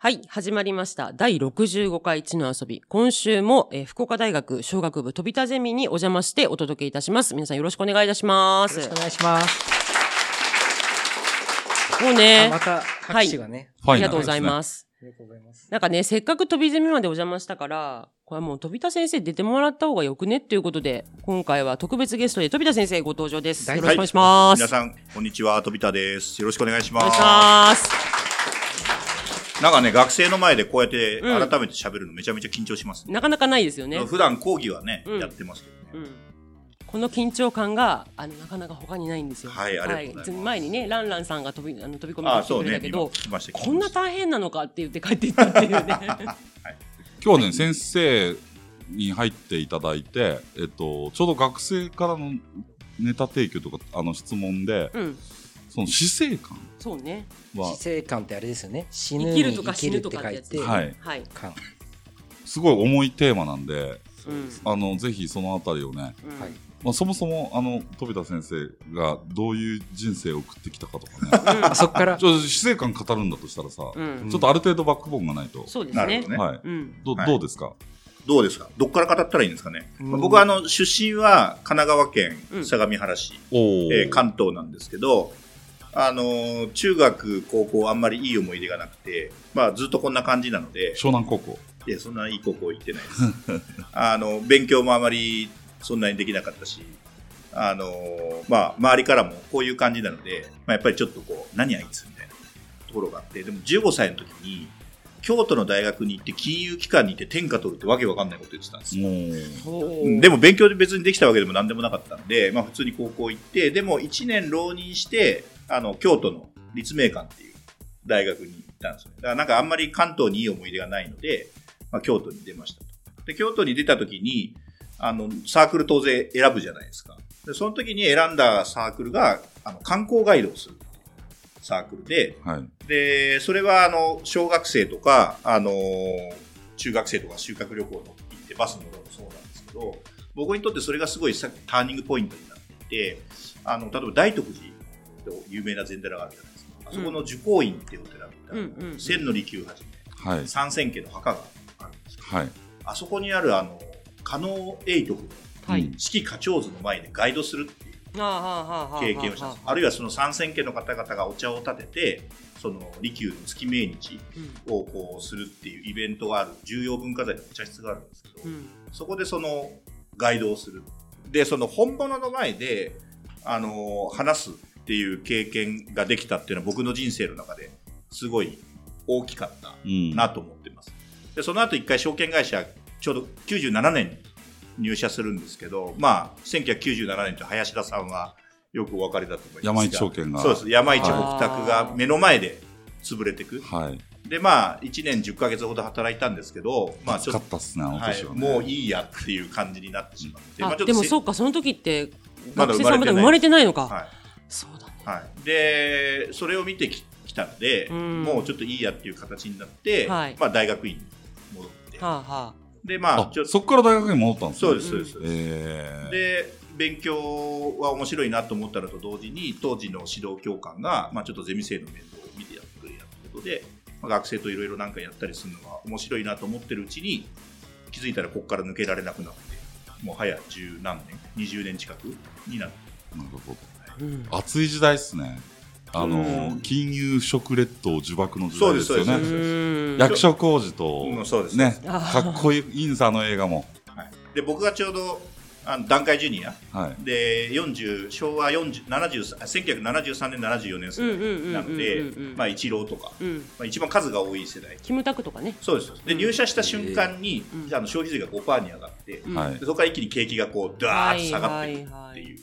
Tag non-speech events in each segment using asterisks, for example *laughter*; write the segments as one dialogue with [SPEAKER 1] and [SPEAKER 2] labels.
[SPEAKER 1] はい、始まりました。第65回地の遊び。今週も、えー福岡大学小学部飛田ゼミにお邪魔してお届けいたします。皆さんよろしくお願いいたします。
[SPEAKER 2] よろしくお願いします。
[SPEAKER 1] もう
[SPEAKER 2] あ
[SPEAKER 1] ね、
[SPEAKER 2] また拍手がね、
[SPEAKER 1] あ
[SPEAKER 3] あ
[SPEAKER 1] りがとうございます。
[SPEAKER 2] ありがとうございます。
[SPEAKER 1] なんかね、せっかく飛びゼミまでお邪魔したから、これはもう飛田先生出てもらった方がよくねっていうことで、今回は特別ゲストで飛田先生ご登場です。よ
[SPEAKER 2] 大
[SPEAKER 1] ろ
[SPEAKER 2] 丈
[SPEAKER 1] しく
[SPEAKER 2] 夫
[SPEAKER 1] お願いします。
[SPEAKER 3] 皆さん、こんにちは、飛田です。よろしくお願いし
[SPEAKER 1] お願
[SPEAKER 3] ま
[SPEAKER 1] い
[SPEAKER 3] す
[SPEAKER 1] し。ます。
[SPEAKER 3] なんかね、学生の前でこうやって
[SPEAKER 1] う
[SPEAKER 3] 改
[SPEAKER 1] ん
[SPEAKER 3] めて喋るのめちゃめちゃ緊張しますね。
[SPEAKER 1] なかなかないですよね。
[SPEAKER 3] 普段講義はね、
[SPEAKER 1] うん
[SPEAKER 3] やってますけ
[SPEAKER 1] う
[SPEAKER 3] どね。
[SPEAKER 1] んこの緊張感があのなかなか他にないんですよ。
[SPEAKER 3] はいありがとうございます
[SPEAKER 1] 前にね、ランランさんが飛びあの飛び込み
[SPEAKER 3] ああ、
[SPEAKER 1] に来
[SPEAKER 3] そ
[SPEAKER 1] て
[SPEAKER 3] う
[SPEAKER 1] くれ
[SPEAKER 3] ね
[SPEAKER 1] た、け
[SPEAKER 3] 今
[SPEAKER 1] ど、
[SPEAKER 3] 聞きました。
[SPEAKER 1] こんな
[SPEAKER 3] 聞きま
[SPEAKER 1] 大変なのかって言って帰っていったっていうね。
[SPEAKER 4] 今日はね先生に入っていただいて、えっと、ちょうど学生からのネタ提供とかあの質問で
[SPEAKER 1] うん、
[SPEAKER 4] その死生観
[SPEAKER 1] そうね。
[SPEAKER 4] は
[SPEAKER 2] 死生観ってあれですよね。死ぬ
[SPEAKER 1] 生
[SPEAKER 2] に
[SPEAKER 1] きるとか
[SPEAKER 2] 生き
[SPEAKER 1] 死
[SPEAKER 2] るっ
[SPEAKER 1] ぬ
[SPEAKER 2] て
[SPEAKER 1] とかっ
[SPEAKER 2] 書
[SPEAKER 1] て
[SPEAKER 2] い
[SPEAKER 1] やつ。
[SPEAKER 2] て、
[SPEAKER 4] はい
[SPEAKER 1] はい。
[SPEAKER 2] 観。
[SPEAKER 4] すごい重いテーマなんで
[SPEAKER 1] うん
[SPEAKER 4] あのぜひそのあたりをね、
[SPEAKER 1] うん
[SPEAKER 2] はい
[SPEAKER 4] まあ、そもそもあの飛田先生がどういう人生を送ってきたかと
[SPEAKER 1] *laughs*
[SPEAKER 4] かね
[SPEAKER 2] あそっから
[SPEAKER 4] ち、ょ死生観語るんだとしたらさ、
[SPEAKER 1] うんうん
[SPEAKER 4] ちょっとある程度バックボーンがないと、
[SPEAKER 1] そうです
[SPEAKER 3] なる
[SPEAKER 1] ね
[SPEAKER 3] ほど。ね。
[SPEAKER 4] はい
[SPEAKER 1] うん。
[SPEAKER 4] ど
[SPEAKER 3] はい
[SPEAKER 4] どうですか、
[SPEAKER 3] どうですかどっから語ったらいいんですかね。
[SPEAKER 2] うん
[SPEAKER 3] まあ僕はあの、出身は神奈川
[SPEAKER 1] うん
[SPEAKER 3] 県相模原市、
[SPEAKER 4] お
[SPEAKER 3] えー
[SPEAKER 4] ー
[SPEAKER 3] 関東なんですけど、あのー中学、高校あんまりいい思い出がなくて、まあずっとこんな感じなので、
[SPEAKER 4] 湘南高校
[SPEAKER 3] いや、そんないい高校行ってないです。 *laughs* あの、勉強もあまりそんなにできなかったし、あの、まあ、周りからもこういう感じなので、まあ、やっぱりちょっとこう、何あいつみたいなところがあって、でも15歳の時に、京都の大学に行って金融機関に行って天下取るってわけわかんないこと言ってたんですよ。
[SPEAKER 4] もう
[SPEAKER 3] うんでも勉強で別にできたわけでも何でもなかったんで、まあ普通に高校行って、でも1年浪人して、あの、京都の立命館っていう大学に行ったんですよね。だからなんかあんまり関東にいい思い出がないので、まあ京都に出ましたと。で、京都に出た時に、あの、サークル当然選ぶじゃないですか。で、その時に選んだサークルが、あの、観光ガイドをするっていうサークルで、
[SPEAKER 4] はい
[SPEAKER 3] で、それは、あの、小学生とか、あの、中学生とか修学旅行の行ってバスに乗るのもそうなんですけど、僕にとってそれがすごいさターニングポイントになっていて、あの、例えば大徳寺と有名な禅寺があるじゃないですか。あそこの受講院っていうお寺みたいな、
[SPEAKER 1] うんうんうん
[SPEAKER 3] 千の利休はじめ、
[SPEAKER 4] はい
[SPEAKER 3] 三千家の墓があるんですけど、
[SPEAKER 4] はい
[SPEAKER 3] あそこにある、あの、加納永徳の
[SPEAKER 1] はい
[SPEAKER 4] うん
[SPEAKER 3] 四季課長図の前でガイドするっていう
[SPEAKER 1] ああはあはあはあ
[SPEAKER 3] 経験をしたんです。あるいはその三千家の方々がお茶を立てて、その利休の月命日
[SPEAKER 1] うん
[SPEAKER 3] をこうするっていうイベントがある重要文化財のお茶室があるんですけど、
[SPEAKER 1] うん
[SPEAKER 3] そこでそのガイドをするでその本物の前で、あのー話すっていう経験ができたっていうのは僕の人生の中ですごい大きかった
[SPEAKER 4] うん
[SPEAKER 3] なと思ってますでその後一回証券会社ちょうど97年に入社するんですけどまあ1997年と林田さんはよくお分かりだと思いますが
[SPEAKER 4] 山一証券が
[SPEAKER 3] そうです山一北宅が目の前で潰れていく
[SPEAKER 4] はい
[SPEAKER 3] でまあ1年10ヶ月ほど働いたんですけど、まあ、ち
[SPEAKER 4] 暑
[SPEAKER 3] ょ
[SPEAKER 4] か
[SPEAKER 3] っ
[SPEAKER 4] ったっすね、あ
[SPEAKER 3] と、
[SPEAKER 4] の
[SPEAKER 3] はい
[SPEAKER 4] 年は、ね
[SPEAKER 3] もういいやっていう感じになってしまって、ま
[SPEAKER 1] あ
[SPEAKER 3] あ、ちょっ
[SPEAKER 1] でも
[SPEAKER 3] せ
[SPEAKER 1] そうかその時って
[SPEAKER 3] ま
[SPEAKER 1] 学
[SPEAKER 3] だ
[SPEAKER 1] 生
[SPEAKER 3] 生
[SPEAKER 1] さんまだ
[SPEAKER 3] まれてない
[SPEAKER 1] 生まれてないのか、
[SPEAKER 3] は
[SPEAKER 1] そうだね
[SPEAKER 3] いはい、でそれを見てききたので、
[SPEAKER 1] うん
[SPEAKER 3] もうちょっといいやっていう形になって、
[SPEAKER 1] はい
[SPEAKER 3] まあ、大学院に戻って、
[SPEAKER 1] はあは
[SPEAKER 3] でまあ
[SPEAKER 4] あ
[SPEAKER 3] ちょっと
[SPEAKER 4] そこから大学に戻ったんですね
[SPEAKER 3] そうですそうです、
[SPEAKER 4] えー、
[SPEAKER 3] で勉強は面白いなと思ったのと同時に当時の指導教官が、まあ、ちょっとゼミ生の面倒を見てやってくれやってことで、まあ、学生といろいろなんかやったりするのは面白いなと思ってるうちに気づいたらここから抜けられなくなってもう早十何年20年近くになって
[SPEAKER 4] なるほ
[SPEAKER 1] あ、うん
[SPEAKER 4] ど暑い時代ですねあのー
[SPEAKER 3] うん
[SPEAKER 4] 金融食劣等呪縛の時代です
[SPEAKER 3] そ
[SPEAKER 4] よ
[SPEAKER 3] う
[SPEAKER 4] ね
[SPEAKER 3] ですそうで
[SPEAKER 1] うん
[SPEAKER 4] 役所工事と、
[SPEAKER 3] うんそうです
[SPEAKER 4] ね
[SPEAKER 1] あー
[SPEAKER 4] かっこいいインサの映画も
[SPEAKER 3] はい、で僕がちょうどあの段階ジュニア
[SPEAKER 4] はい
[SPEAKER 3] で40昭和40 70 1973年74年世
[SPEAKER 1] うんうんうんうんうん
[SPEAKER 3] 代なのでまあ一郎とか、
[SPEAKER 1] うん
[SPEAKER 3] まあ、一番数が多い世代
[SPEAKER 1] キムタクとかね
[SPEAKER 3] そうですで入社した瞬間に、
[SPEAKER 1] うん
[SPEAKER 3] じゃああの消費税が5%に上がって、
[SPEAKER 1] うん
[SPEAKER 4] はい
[SPEAKER 3] でそこから一気に景気がこうダーッと下がっていくっていう、
[SPEAKER 1] はいはいはい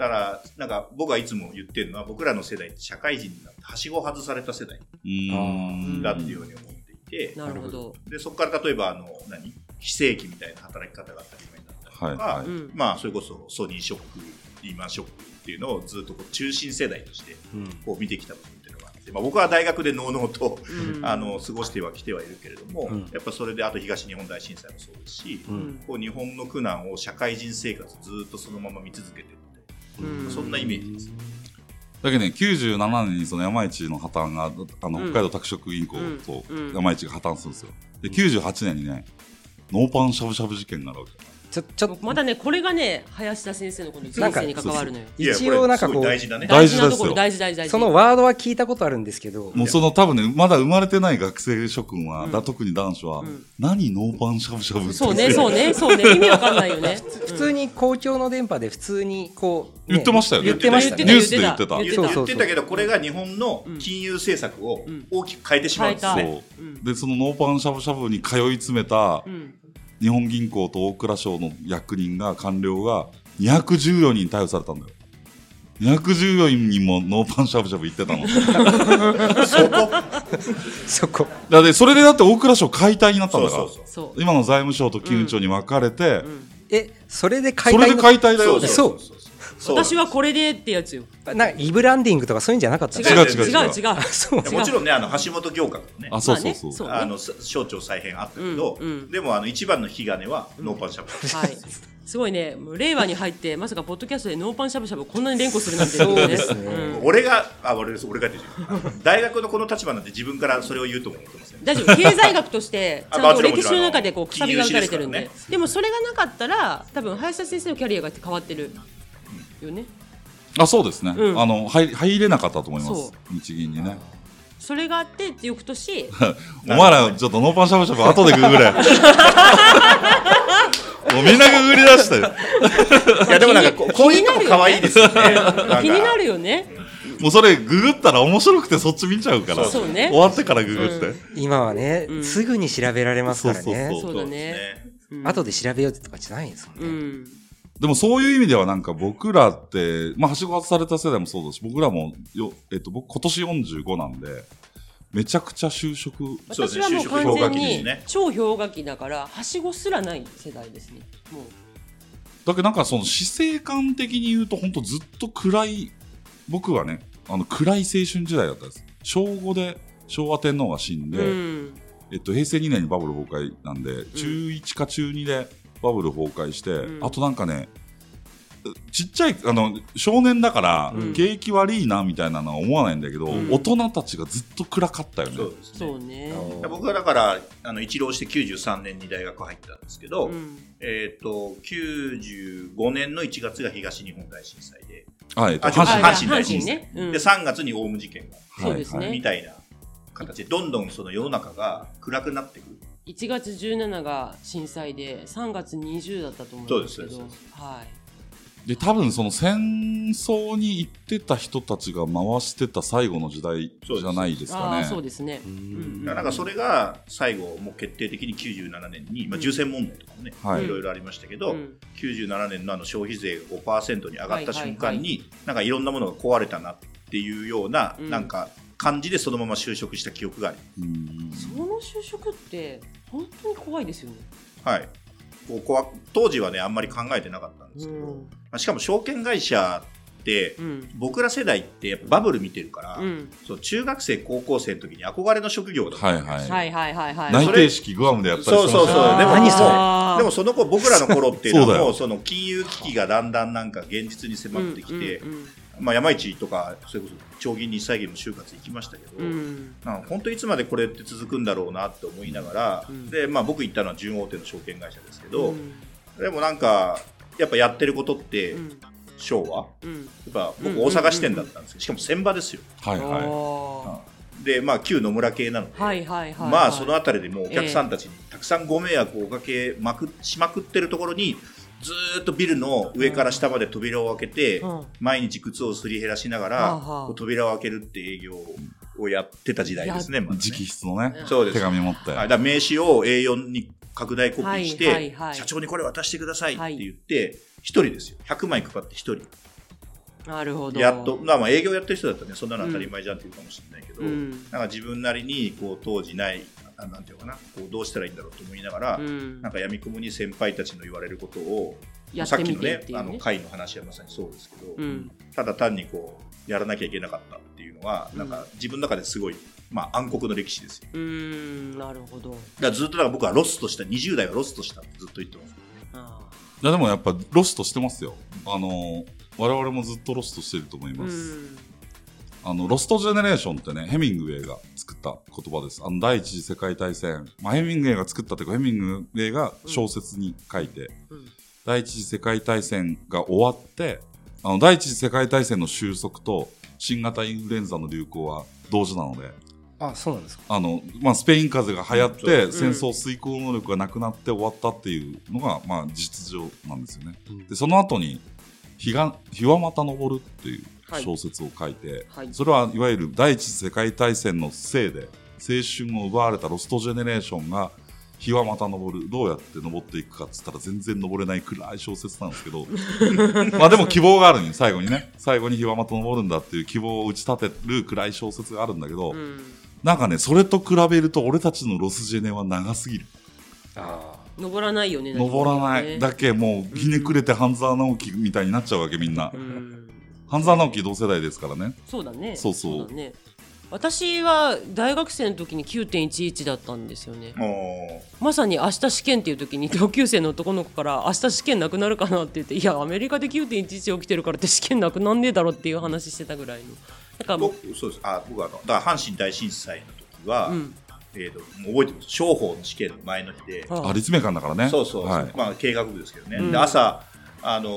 [SPEAKER 3] だからなんか僕はいつも言ってるのは僕らの世代って社会人になってはしごを外された世代
[SPEAKER 4] うーん
[SPEAKER 3] だっていうふうに思っていて、
[SPEAKER 1] なるほど
[SPEAKER 3] でそこから例えばあの何非正規みたいな働き方が当たり前になったりとか、
[SPEAKER 4] はいはい
[SPEAKER 1] うん
[SPEAKER 3] まあ、それこそソニーショックリーマンショックっていうのをずっとこう中心世代として
[SPEAKER 2] うん
[SPEAKER 3] こう見てきた部分っていうのがあって、まあ、僕は大学でのうのうと
[SPEAKER 1] うん
[SPEAKER 3] あの過ごしてはきてはいるけれども、
[SPEAKER 2] うん
[SPEAKER 3] やっぱそれであと東日本大震災もそうですし、
[SPEAKER 2] う
[SPEAKER 1] うんん
[SPEAKER 3] こう日本の苦難を社会人生活ずっとそのまま見続けてるんで、
[SPEAKER 1] うん
[SPEAKER 3] そんなイメージです。
[SPEAKER 4] だけどね、97年にその山一の破綻が、あの、
[SPEAKER 1] うん
[SPEAKER 4] 北海道拓殖銀行と
[SPEAKER 1] うんうん
[SPEAKER 4] 山一が破綻するんですよ。で、98年にね、ノーパンしゃぶしゃぶ事件があるわけ。
[SPEAKER 2] ちょ、ちょっと、
[SPEAKER 1] まだね、これがね、林田先生のこの人生に関わるのよ。
[SPEAKER 3] いや
[SPEAKER 2] 一応なんかこう
[SPEAKER 3] れすごい大事だね。
[SPEAKER 4] 大事
[SPEAKER 1] なところ、
[SPEAKER 4] 大
[SPEAKER 1] 大事大事大事。
[SPEAKER 2] そのワードは聞いたことあるんですけど、
[SPEAKER 4] もうその多分ね、まだ生まれてない学生諸君は、
[SPEAKER 1] うん
[SPEAKER 4] だ特に男子は、
[SPEAKER 1] うん
[SPEAKER 4] 何ノーパンしゃぶしゃぶって
[SPEAKER 1] そうね、そうね、そうね、意味わかんないよ *laughs* ね。
[SPEAKER 2] 普通に公共の電波で普通にこう、
[SPEAKER 4] 言ってましたよね
[SPEAKER 2] 言ってました
[SPEAKER 1] 言
[SPEAKER 2] ね。
[SPEAKER 1] ってた
[SPEAKER 4] ニュースで言ってた。
[SPEAKER 1] 言っ
[SPEAKER 3] 言ってて
[SPEAKER 1] た
[SPEAKER 3] た
[SPEAKER 2] そうそうそう
[SPEAKER 3] 言ってたけど、これが日本の金融政策を大きく変えてしまうんです
[SPEAKER 1] た
[SPEAKER 3] ね。
[SPEAKER 4] そう
[SPEAKER 1] うん
[SPEAKER 4] で、そのノーパンしゃぶしゃぶに通い詰めた
[SPEAKER 1] う、ん。
[SPEAKER 4] 日本銀行と大蔵省の役人が、官僚が、214人逮捕されたんだよ。214人もノーパンしゃぶしゃぶ言ってたの。
[SPEAKER 2] そこ。
[SPEAKER 4] だって、それでだって大蔵省解体になったん
[SPEAKER 3] そ
[SPEAKER 4] だ
[SPEAKER 3] う
[SPEAKER 4] か
[SPEAKER 3] そ
[SPEAKER 4] ら
[SPEAKER 3] う。そう。
[SPEAKER 1] そう。
[SPEAKER 4] 今の財務省と金融庁に分かれて、
[SPEAKER 2] え、それで解
[SPEAKER 4] そ
[SPEAKER 2] 体
[SPEAKER 4] れで解体だ
[SPEAKER 3] そ
[SPEAKER 4] よ
[SPEAKER 3] う。
[SPEAKER 2] そ
[SPEAKER 3] そううそうそう。
[SPEAKER 1] 私はこれでってやつよ。
[SPEAKER 2] 体なんかリブランディングとかそういうんじゃなかった
[SPEAKER 1] 違
[SPEAKER 2] ん
[SPEAKER 1] う
[SPEAKER 2] です
[SPEAKER 4] 違
[SPEAKER 1] 違
[SPEAKER 4] う
[SPEAKER 1] う違う。違う
[SPEAKER 2] そう
[SPEAKER 3] いやもちろんね、あの橋本行革もね、
[SPEAKER 4] あ、そうそうそう。
[SPEAKER 1] まあね
[SPEAKER 3] あのさ省庁再編あったけど、
[SPEAKER 1] うんうん
[SPEAKER 3] でもあの一番の火金はノーパンシャブ。
[SPEAKER 1] はい。すごいね、もう令和に入って、まさかポッドキャストでノーパンしゃぶしゃぶこんなに連呼するなんてね。
[SPEAKER 2] そうですね
[SPEAKER 1] うん
[SPEAKER 3] 俺が、あ、俺です、俺がって言うじゃんあの大学のこの立場なんて自分からそれを言うと思ってますね。
[SPEAKER 1] 大丈夫経済学としてち
[SPEAKER 3] *laughs* あ
[SPEAKER 1] ゃんと
[SPEAKER 3] もちろん
[SPEAKER 1] 歴史の中でこう
[SPEAKER 3] もち
[SPEAKER 1] くさ
[SPEAKER 3] ろん
[SPEAKER 1] びが打たれてるんで
[SPEAKER 3] 金融
[SPEAKER 1] で
[SPEAKER 3] 史ですから
[SPEAKER 1] もそれがなかったら多分林田先生のキャリアが変わってるよね
[SPEAKER 4] あ、そうですね。
[SPEAKER 1] うん
[SPEAKER 4] あの、入入れなかったと思いま
[SPEAKER 1] そ
[SPEAKER 4] す。日銀にね。 *laughs*
[SPEAKER 1] それがあって翌
[SPEAKER 3] *laughs*
[SPEAKER 1] 年
[SPEAKER 4] お前ら、ちょっとノーパンしゃぶしゃぶ後でググ
[SPEAKER 1] *laughs*
[SPEAKER 4] れ。もうみんなググり出したよ。
[SPEAKER 3] いや、でもなんかこう、こういうのも可愛いですよね。
[SPEAKER 1] 気にな
[SPEAKER 3] る。
[SPEAKER 1] るよね
[SPEAKER 4] もうそれググったら面白くてそっち見ちゃうから。
[SPEAKER 1] そうね
[SPEAKER 4] 終わってからググって。
[SPEAKER 1] う
[SPEAKER 2] 今はね、
[SPEAKER 1] うん
[SPEAKER 2] すぐに調べられますから
[SPEAKER 4] そうそう
[SPEAKER 2] ね。
[SPEAKER 4] そ
[SPEAKER 1] そうだねうん
[SPEAKER 2] 後で調べようってとかじゃないんですもん
[SPEAKER 1] う
[SPEAKER 2] ね。
[SPEAKER 1] ん
[SPEAKER 4] でもそういう意味ではなんか僕らって、まあ、はしご外された世代もそうだし、僕らもよ、えっと、僕今年45なんで、めちゃくちゃ就職、
[SPEAKER 3] そうです
[SPEAKER 1] 私
[SPEAKER 3] ね
[SPEAKER 1] はもう完全
[SPEAKER 3] 就職氷河期で
[SPEAKER 1] に
[SPEAKER 3] すね
[SPEAKER 1] 超氷河期だからはしごすらない世代ですねもう
[SPEAKER 4] だけどなんかその死生観的に言うと本当ずっと暗い僕はねあの暗い青春時代だったんです小5で昭和天皇が死んで、
[SPEAKER 1] うん
[SPEAKER 4] えっと、平成2年にバブル崩壊なんで、中1か中2でバブル崩壊して、
[SPEAKER 1] うん
[SPEAKER 4] あとなんかねちっちゃいあの少年だから、
[SPEAKER 1] うん
[SPEAKER 4] 景気悪いなみたいなのは思わないんだけど、
[SPEAKER 1] うん
[SPEAKER 4] 大人たちがずっと暗かったよね
[SPEAKER 3] そうです
[SPEAKER 1] そ
[SPEAKER 3] ね
[SPEAKER 1] う。ね
[SPEAKER 2] あの
[SPEAKER 3] 僕はだから、あの、一浪して93年に大学入ったんですけど、
[SPEAKER 1] うん
[SPEAKER 3] えっ、と、95年の1月が東日本大震災で、
[SPEAKER 4] あえっと
[SPEAKER 3] あ阪神
[SPEAKER 1] あ阪
[SPEAKER 3] 大震
[SPEAKER 1] 神
[SPEAKER 3] 災
[SPEAKER 1] ねうん
[SPEAKER 3] で、3月にオウム事件が、
[SPEAKER 1] そうですね
[SPEAKER 3] みたいな形で、どんどんその世の中が暗くなってくる。
[SPEAKER 1] 1月17が震災で3月20だったと思うんですけど
[SPEAKER 3] そうで
[SPEAKER 1] は
[SPEAKER 4] で多分その戦争に行ってた人たちが回してた最後の時代じゃないで
[SPEAKER 1] い
[SPEAKER 4] すか
[SPEAKER 1] ああ
[SPEAKER 4] ね。
[SPEAKER 1] ーそうですね
[SPEAKER 2] うん
[SPEAKER 3] だからなんかそれが最後、もう決定的に97年に、まあ、重戦問題とかもね、
[SPEAKER 4] はい
[SPEAKER 3] いろいろありましたけど、
[SPEAKER 1] うん
[SPEAKER 3] 97年のあの消費税が5%に上がった瞬
[SPEAKER 1] はい
[SPEAKER 3] 間
[SPEAKER 1] は
[SPEAKER 3] に、なんかいろんなものが壊れたなっていうような、
[SPEAKER 1] うん
[SPEAKER 3] なんか感じでそのまま就職した記憶があります。
[SPEAKER 4] うん
[SPEAKER 1] その就職って本当に怖いですよね。
[SPEAKER 3] はいこうこわ当時はね、あんまり考えてなかったんですけど、まあ、しかも証券会社って、
[SPEAKER 1] うん。
[SPEAKER 3] 僕ら世代ってやっぱバブル見てるから、
[SPEAKER 1] うん。
[SPEAKER 3] そう中学生、高校生の時に憧れの職業だった、
[SPEAKER 4] はいはい。
[SPEAKER 1] はいはいはいはい。
[SPEAKER 4] 内定式グアムでやったりしてました
[SPEAKER 3] そうそうそうでも
[SPEAKER 2] 何それ
[SPEAKER 1] あー
[SPEAKER 3] でもその子僕らの頃っていうの
[SPEAKER 1] *laughs*
[SPEAKER 4] そう
[SPEAKER 3] は
[SPEAKER 4] だよ
[SPEAKER 3] もうその金融危機がだんだんなんか現実に迫ってきて、
[SPEAKER 1] うん
[SPEAKER 3] まあ、山一とかそれこそ長銀日債銀も就活行きましたけど、
[SPEAKER 1] うんうん
[SPEAKER 3] なんか本当いつまでこれって続くんだろうなって思いながら、
[SPEAKER 1] うん
[SPEAKER 3] でまあ、僕行ったのは準大手の証券会社ですけど、
[SPEAKER 1] うん
[SPEAKER 3] でもなんかやっぱやってることって
[SPEAKER 1] うん
[SPEAKER 3] 昭和
[SPEAKER 1] うん
[SPEAKER 3] やっぱ僕大阪支店だったんですけどしかも船場ですよ
[SPEAKER 4] はいは
[SPEAKER 1] あ
[SPEAKER 3] で、まあ、旧野村系なので、
[SPEAKER 1] ーはいはいはい。
[SPEAKER 3] まあそのあたりでもうお客さんたちにたくさんご迷惑をおかけまくしまくってるところにずーっとビルの上から下まで扉を開けて、
[SPEAKER 1] うん
[SPEAKER 3] 毎日靴をすり減らしな
[SPEAKER 1] は
[SPEAKER 3] が
[SPEAKER 1] あ
[SPEAKER 3] ら、
[SPEAKER 1] はあ
[SPEAKER 3] こう扉を開けるって営業をやってた時代ですね,、まだ
[SPEAKER 4] い。
[SPEAKER 3] ね
[SPEAKER 4] 直筆のね、
[SPEAKER 3] そうで
[SPEAKER 4] 手
[SPEAKER 3] す
[SPEAKER 4] 紙持って。
[SPEAKER 3] はい、だから名刺を A4 に拡大コピーして、
[SPEAKER 1] はいはいはい
[SPEAKER 3] 社長にこれ渡してくださいって言って、一人ですよ。100枚配って一人。
[SPEAKER 1] なるほど。
[SPEAKER 3] やっと、まあまあ営業やってる人だったらね、そんなの当たり前じゃんって言うかもしれないけど、
[SPEAKER 1] うん
[SPEAKER 3] なんか自分なりに、こう、当時ない、あなんていうのかな、こう、どうしたらいいんだろうと思いながら、
[SPEAKER 1] うん
[SPEAKER 3] なんか闇雲に先輩たちの言われることを、
[SPEAKER 1] やっ
[SPEAKER 3] さってき
[SPEAKER 1] み
[SPEAKER 3] の
[SPEAKER 1] て
[SPEAKER 3] ね
[SPEAKER 1] っ、てい
[SPEAKER 3] あ
[SPEAKER 1] う
[SPEAKER 3] の、
[SPEAKER 1] ね。
[SPEAKER 3] 会の話はまさにそうですけど、
[SPEAKER 1] うん
[SPEAKER 3] ただ単にこう、やらなきゃいけなかったっていうのは、なんか自分の中ですごい、まあ暗黒の歴史ですよ。
[SPEAKER 1] うんなるほど。
[SPEAKER 3] だからずっとだから僕はロスとした、20代はロスとしたってずっと言ってます。
[SPEAKER 1] あ
[SPEAKER 4] いやでもやっぱロストしてますよ。あの、我々もずっとロストしてると思い
[SPEAKER 1] ーう
[SPEAKER 4] ます。
[SPEAKER 1] ん
[SPEAKER 4] あの、ロストジェネレーションってね、ヘミングウェイが作った言葉です。あの、第一次世界大戦。まあ、ヘミングウェイが作ったというか、ヘミングウェイが小説に書いて、
[SPEAKER 1] うん
[SPEAKER 4] 第一次世界大戦が終わって、あの、第一次世界大戦の収束と、新型インフルエンザの流行は同時なので、
[SPEAKER 2] あそうなんですか
[SPEAKER 4] あの、まあ、スペイン風邪が流行って、
[SPEAKER 1] ん
[SPEAKER 4] 戦争遂行能力がなくなって終わったっていうのが、まあ、実情なんですよね。
[SPEAKER 2] うん
[SPEAKER 4] で、その後に、日が、日はまた昇るっていう小説を書いて、
[SPEAKER 1] はい。
[SPEAKER 4] それはいわゆる第一次世界大戦のせいで青春を奪われたロストジェネレーションが日はまた昇るどうやって昇っていくかっつったら全然昇れない暗い小説なんですけどまあでも希望があるんよ最後にね最後に日はまた昇るんだっていう希望を打ち立てる暗い小説があるんだけど、
[SPEAKER 1] うん。
[SPEAKER 4] なんかねそれと比べると俺たちのロスジェネは長すぎる
[SPEAKER 2] ああ
[SPEAKER 1] 登らないよね。
[SPEAKER 4] 昇らない、
[SPEAKER 1] ね
[SPEAKER 4] だけもうひねくれて半沢直樹みたいになっちゃうわけみんな、
[SPEAKER 1] うん。
[SPEAKER 4] 半沢直樹同世代ですからね
[SPEAKER 1] そうだね。
[SPEAKER 4] そうそう
[SPEAKER 1] だね。私は大学生の時に9.11だったんですよね。
[SPEAKER 3] お
[SPEAKER 1] まさに明日試験っていう時に同級生の男の子から明日試験なくなるかなって言っていやアメリカで9.11起きてるからって試験なくなんねえだろっていう話してたぐらいのだから
[SPEAKER 3] ー
[SPEAKER 1] もう、
[SPEAKER 3] 僕、そうです。あ、僕あの、だから阪神大震災の時は、
[SPEAKER 1] うん、
[SPEAKER 3] えっ、と、もう覚えてます。商法の試験の前の日で、
[SPEAKER 1] は
[SPEAKER 4] あ立命館だからね
[SPEAKER 3] そうそうそう、
[SPEAKER 4] はい、
[SPEAKER 3] まあ経営学部ですけどね、
[SPEAKER 1] うん
[SPEAKER 3] で朝、あの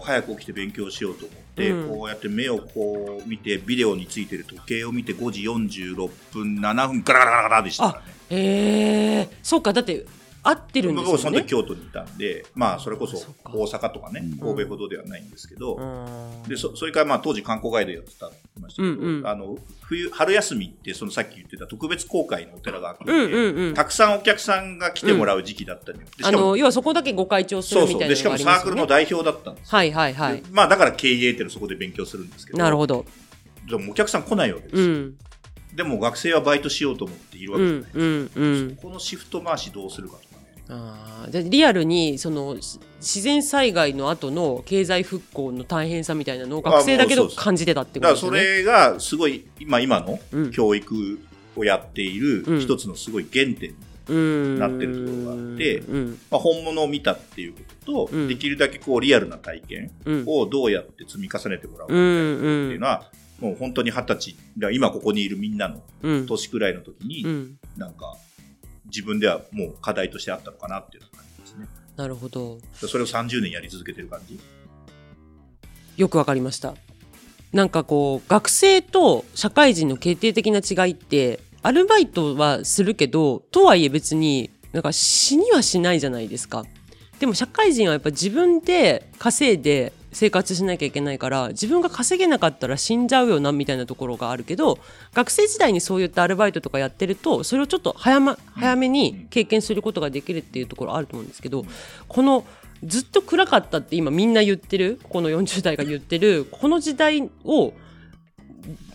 [SPEAKER 3] ー早く起きて勉強しようと思って、
[SPEAKER 1] うん
[SPEAKER 3] こうやって目をこう見てビデオについてる時計を見て5時46分7分ガラガラガラガラでしたからね
[SPEAKER 1] えー、そうかだって合ってるんです
[SPEAKER 3] 僕
[SPEAKER 1] よね
[SPEAKER 3] はその時京都にいたんで、まあ、それこそ
[SPEAKER 1] そっか
[SPEAKER 3] 大阪とかね
[SPEAKER 4] うん
[SPEAKER 3] 神戸ほどではないんですけど、
[SPEAKER 1] うん
[SPEAKER 3] でそそれからまあ当時観光ガイドやってたって言いましたけど、
[SPEAKER 1] うんうん
[SPEAKER 3] あの冬春休みってそのさっき言ってた特別公開のお寺が開くん
[SPEAKER 1] うん
[SPEAKER 3] で、
[SPEAKER 1] うんうん
[SPEAKER 3] たくさんお客さんが来てもらう時期だったり、でし
[SPEAKER 1] あ
[SPEAKER 3] かも
[SPEAKER 1] の要はそこだけご会長す
[SPEAKER 3] そ
[SPEAKER 1] る
[SPEAKER 3] うそ
[SPEAKER 1] み
[SPEAKER 3] う
[SPEAKER 1] たいな
[SPEAKER 3] で
[SPEAKER 1] の
[SPEAKER 3] し
[SPEAKER 1] が
[SPEAKER 3] かも
[SPEAKER 1] あり
[SPEAKER 3] サ
[SPEAKER 1] ま
[SPEAKER 3] ー
[SPEAKER 1] す
[SPEAKER 3] ク
[SPEAKER 1] よ
[SPEAKER 3] ル
[SPEAKER 1] ね
[SPEAKER 3] の代表だったんです
[SPEAKER 1] はいはいはい
[SPEAKER 3] でまあだから経営っていうのはそこで勉強するんですけど
[SPEAKER 1] なるほど
[SPEAKER 3] でもお客さん来ないわけです
[SPEAKER 1] う
[SPEAKER 3] よ、
[SPEAKER 1] ん
[SPEAKER 3] でも学生はバイトしようと思っているわ
[SPEAKER 1] う
[SPEAKER 3] けじゃない
[SPEAKER 1] んうんうん
[SPEAKER 3] このシフト回しどうするかとかね
[SPEAKER 1] あーじゃあリアルにそのし自然災害の後の経済復興の大変さみたいなのを学生だけ
[SPEAKER 3] あも
[SPEAKER 1] ど
[SPEAKER 3] うそうそう
[SPEAKER 1] 感じてたって
[SPEAKER 3] だ
[SPEAKER 1] こ
[SPEAKER 3] か
[SPEAKER 1] と
[SPEAKER 3] ら
[SPEAKER 1] です
[SPEAKER 3] そ
[SPEAKER 1] よね。
[SPEAKER 3] れがすごい今今の
[SPEAKER 1] うん
[SPEAKER 3] 教育をやってい
[SPEAKER 1] うん
[SPEAKER 3] る一つのすごい原点、
[SPEAKER 1] うん
[SPEAKER 3] なってるところがあって
[SPEAKER 1] うん
[SPEAKER 3] まあ、本物を見たっていうことと、
[SPEAKER 1] うん
[SPEAKER 3] できるだけこうリアルな体験
[SPEAKER 1] うん
[SPEAKER 3] をどうやって積み重ねてもらう
[SPEAKER 1] う
[SPEAKER 3] か
[SPEAKER 1] んう
[SPEAKER 3] っていうんのは、もう本当に二十歳だから今ここにいるみんなの
[SPEAKER 1] うん
[SPEAKER 3] 年くらいの時に、
[SPEAKER 1] うん
[SPEAKER 3] なんか自分ではもう課題としてあったのかなっていう感じですね。
[SPEAKER 1] なるほど
[SPEAKER 3] それを30年やり続けてる感じ。
[SPEAKER 1] よくわかりました。なんかこう学生と社会人の決定的な違いってアルバイトはするけどとはいえ別になんか死にはしないじゃないですか。でも社会人はやっぱ自分で稼いで生活しなきゃいけないから自分が稼げなかったら死んじゃうよなみたいなところがあるけど学生時代にそういったアルバイトとかやってるとそれをちょっと早,、ま、早めに経験することができるっていうところあると思うんですけどこのずっと暗かったって今みんな言ってるこの40代が言ってるこの時代を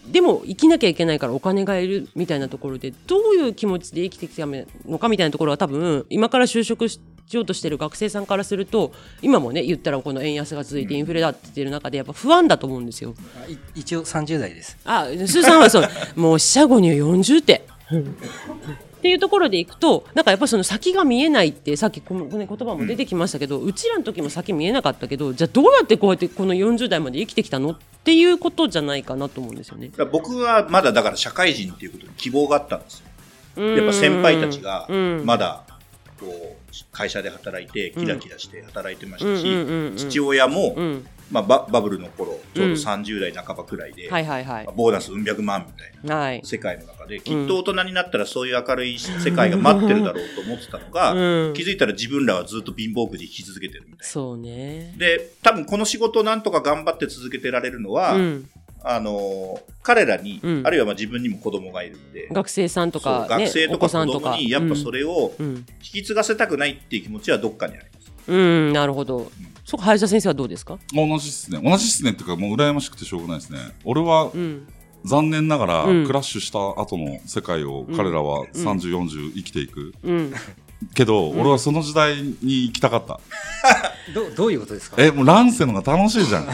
[SPEAKER 1] でも生きなきゃいけないからお金がいるみたいなところでどういう気持ちで生きてきたのかみたいなところは多分今から就職しようとしてる学生さんからすると今もね言ったらこの円安が続いてインフレだって言ってる中でやっぱ不安だと思うんですよ。
[SPEAKER 2] あい一応30代です
[SPEAKER 1] あ、スーさんはそう、もう死者後には40点。っていうところでいくと、なんかやっぱその先が見えないって、さっきこの、ね、言葉も出てきましたけど、うちらの時も先見えなかったけど、じゃあどうやってこうやってこの40代まで生きてきたのっていうことじゃないかなと思うんですよね。
[SPEAKER 3] だから僕はまだだから社会人っていうことに希望があったんですよ。
[SPEAKER 1] や
[SPEAKER 3] やっぱ先輩たちが
[SPEAKER 1] うん
[SPEAKER 3] まだこう会社で働いてキラキラして働いてました
[SPEAKER 1] うんうんうんうん
[SPEAKER 3] し、父親も
[SPEAKER 1] うん、
[SPEAKER 3] まあババブルの頃ちょう
[SPEAKER 1] うん
[SPEAKER 3] ど30代半ばくらいで、
[SPEAKER 1] はいはいはい
[SPEAKER 3] まあ。ボーナスうん百万みたいな。
[SPEAKER 1] はい。
[SPEAKER 3] 世界の中できっと大人になったらそういう明るい世界が待ってるだろうと思ってたのが、
[SPEAKER 1] うん
[SPEAKER 3] 気づいたら自分らはずっと貧乏くじ引き続けてるみたいな。
[SPEAKER 1] そうね。
[SPEAKER 3] で多分この仕事をなんとか頑張って続けてられるのは、
[SPEAKER 1] うん、
[SPEAKER 3] あの彼らに、
[SPEAKER 1] うん
[SPEAKER 3] あるいはまあ自分にも子供がいるので
[SPEAKER 1] 学生さんとか、
[SPEAKER 3] そう
[SPEAKER 1] ね、
[SPEAKER 3] 学生
[SPEAKER 1] お
[SPEAKER 3] と
[SPEAKER 1] 子
[SPEAKER 3] か
[SPEAKER 1] さ
[SPEAKER 3] 子
[SPEAKER 1] んと
[SPEAKER 3] 供
[SPEAKER 1] か。
[SPEAKER 3] にやっぱそれを
[SPEAKER 1] うん、うん
[SPEAKER 3] 引き継がせたくないっていう気持ちはどっかにあります。
[SPEAKER 1] うん、なるほど。そこ林田先生はどうですか？
[SPEAKER 4] 同じっすね同じっすねっていうかもう羨ましくてしょうがないですね俺は
[SPEAKER 1] うん、
[SPEAKER 4] 残念ながら、
[SPEAKER 1] うん
[SPEAKER 4] クラッシュした後の世界を彼らは3040、40生きていく
[SPEAKER 1] うん、
[SPEAKER 4] けど、俺はその時代に行きたかった
[SPEAKER 2] どどういうことですか
[SPEAKER 4] えもう乱世のが楽しいじゃん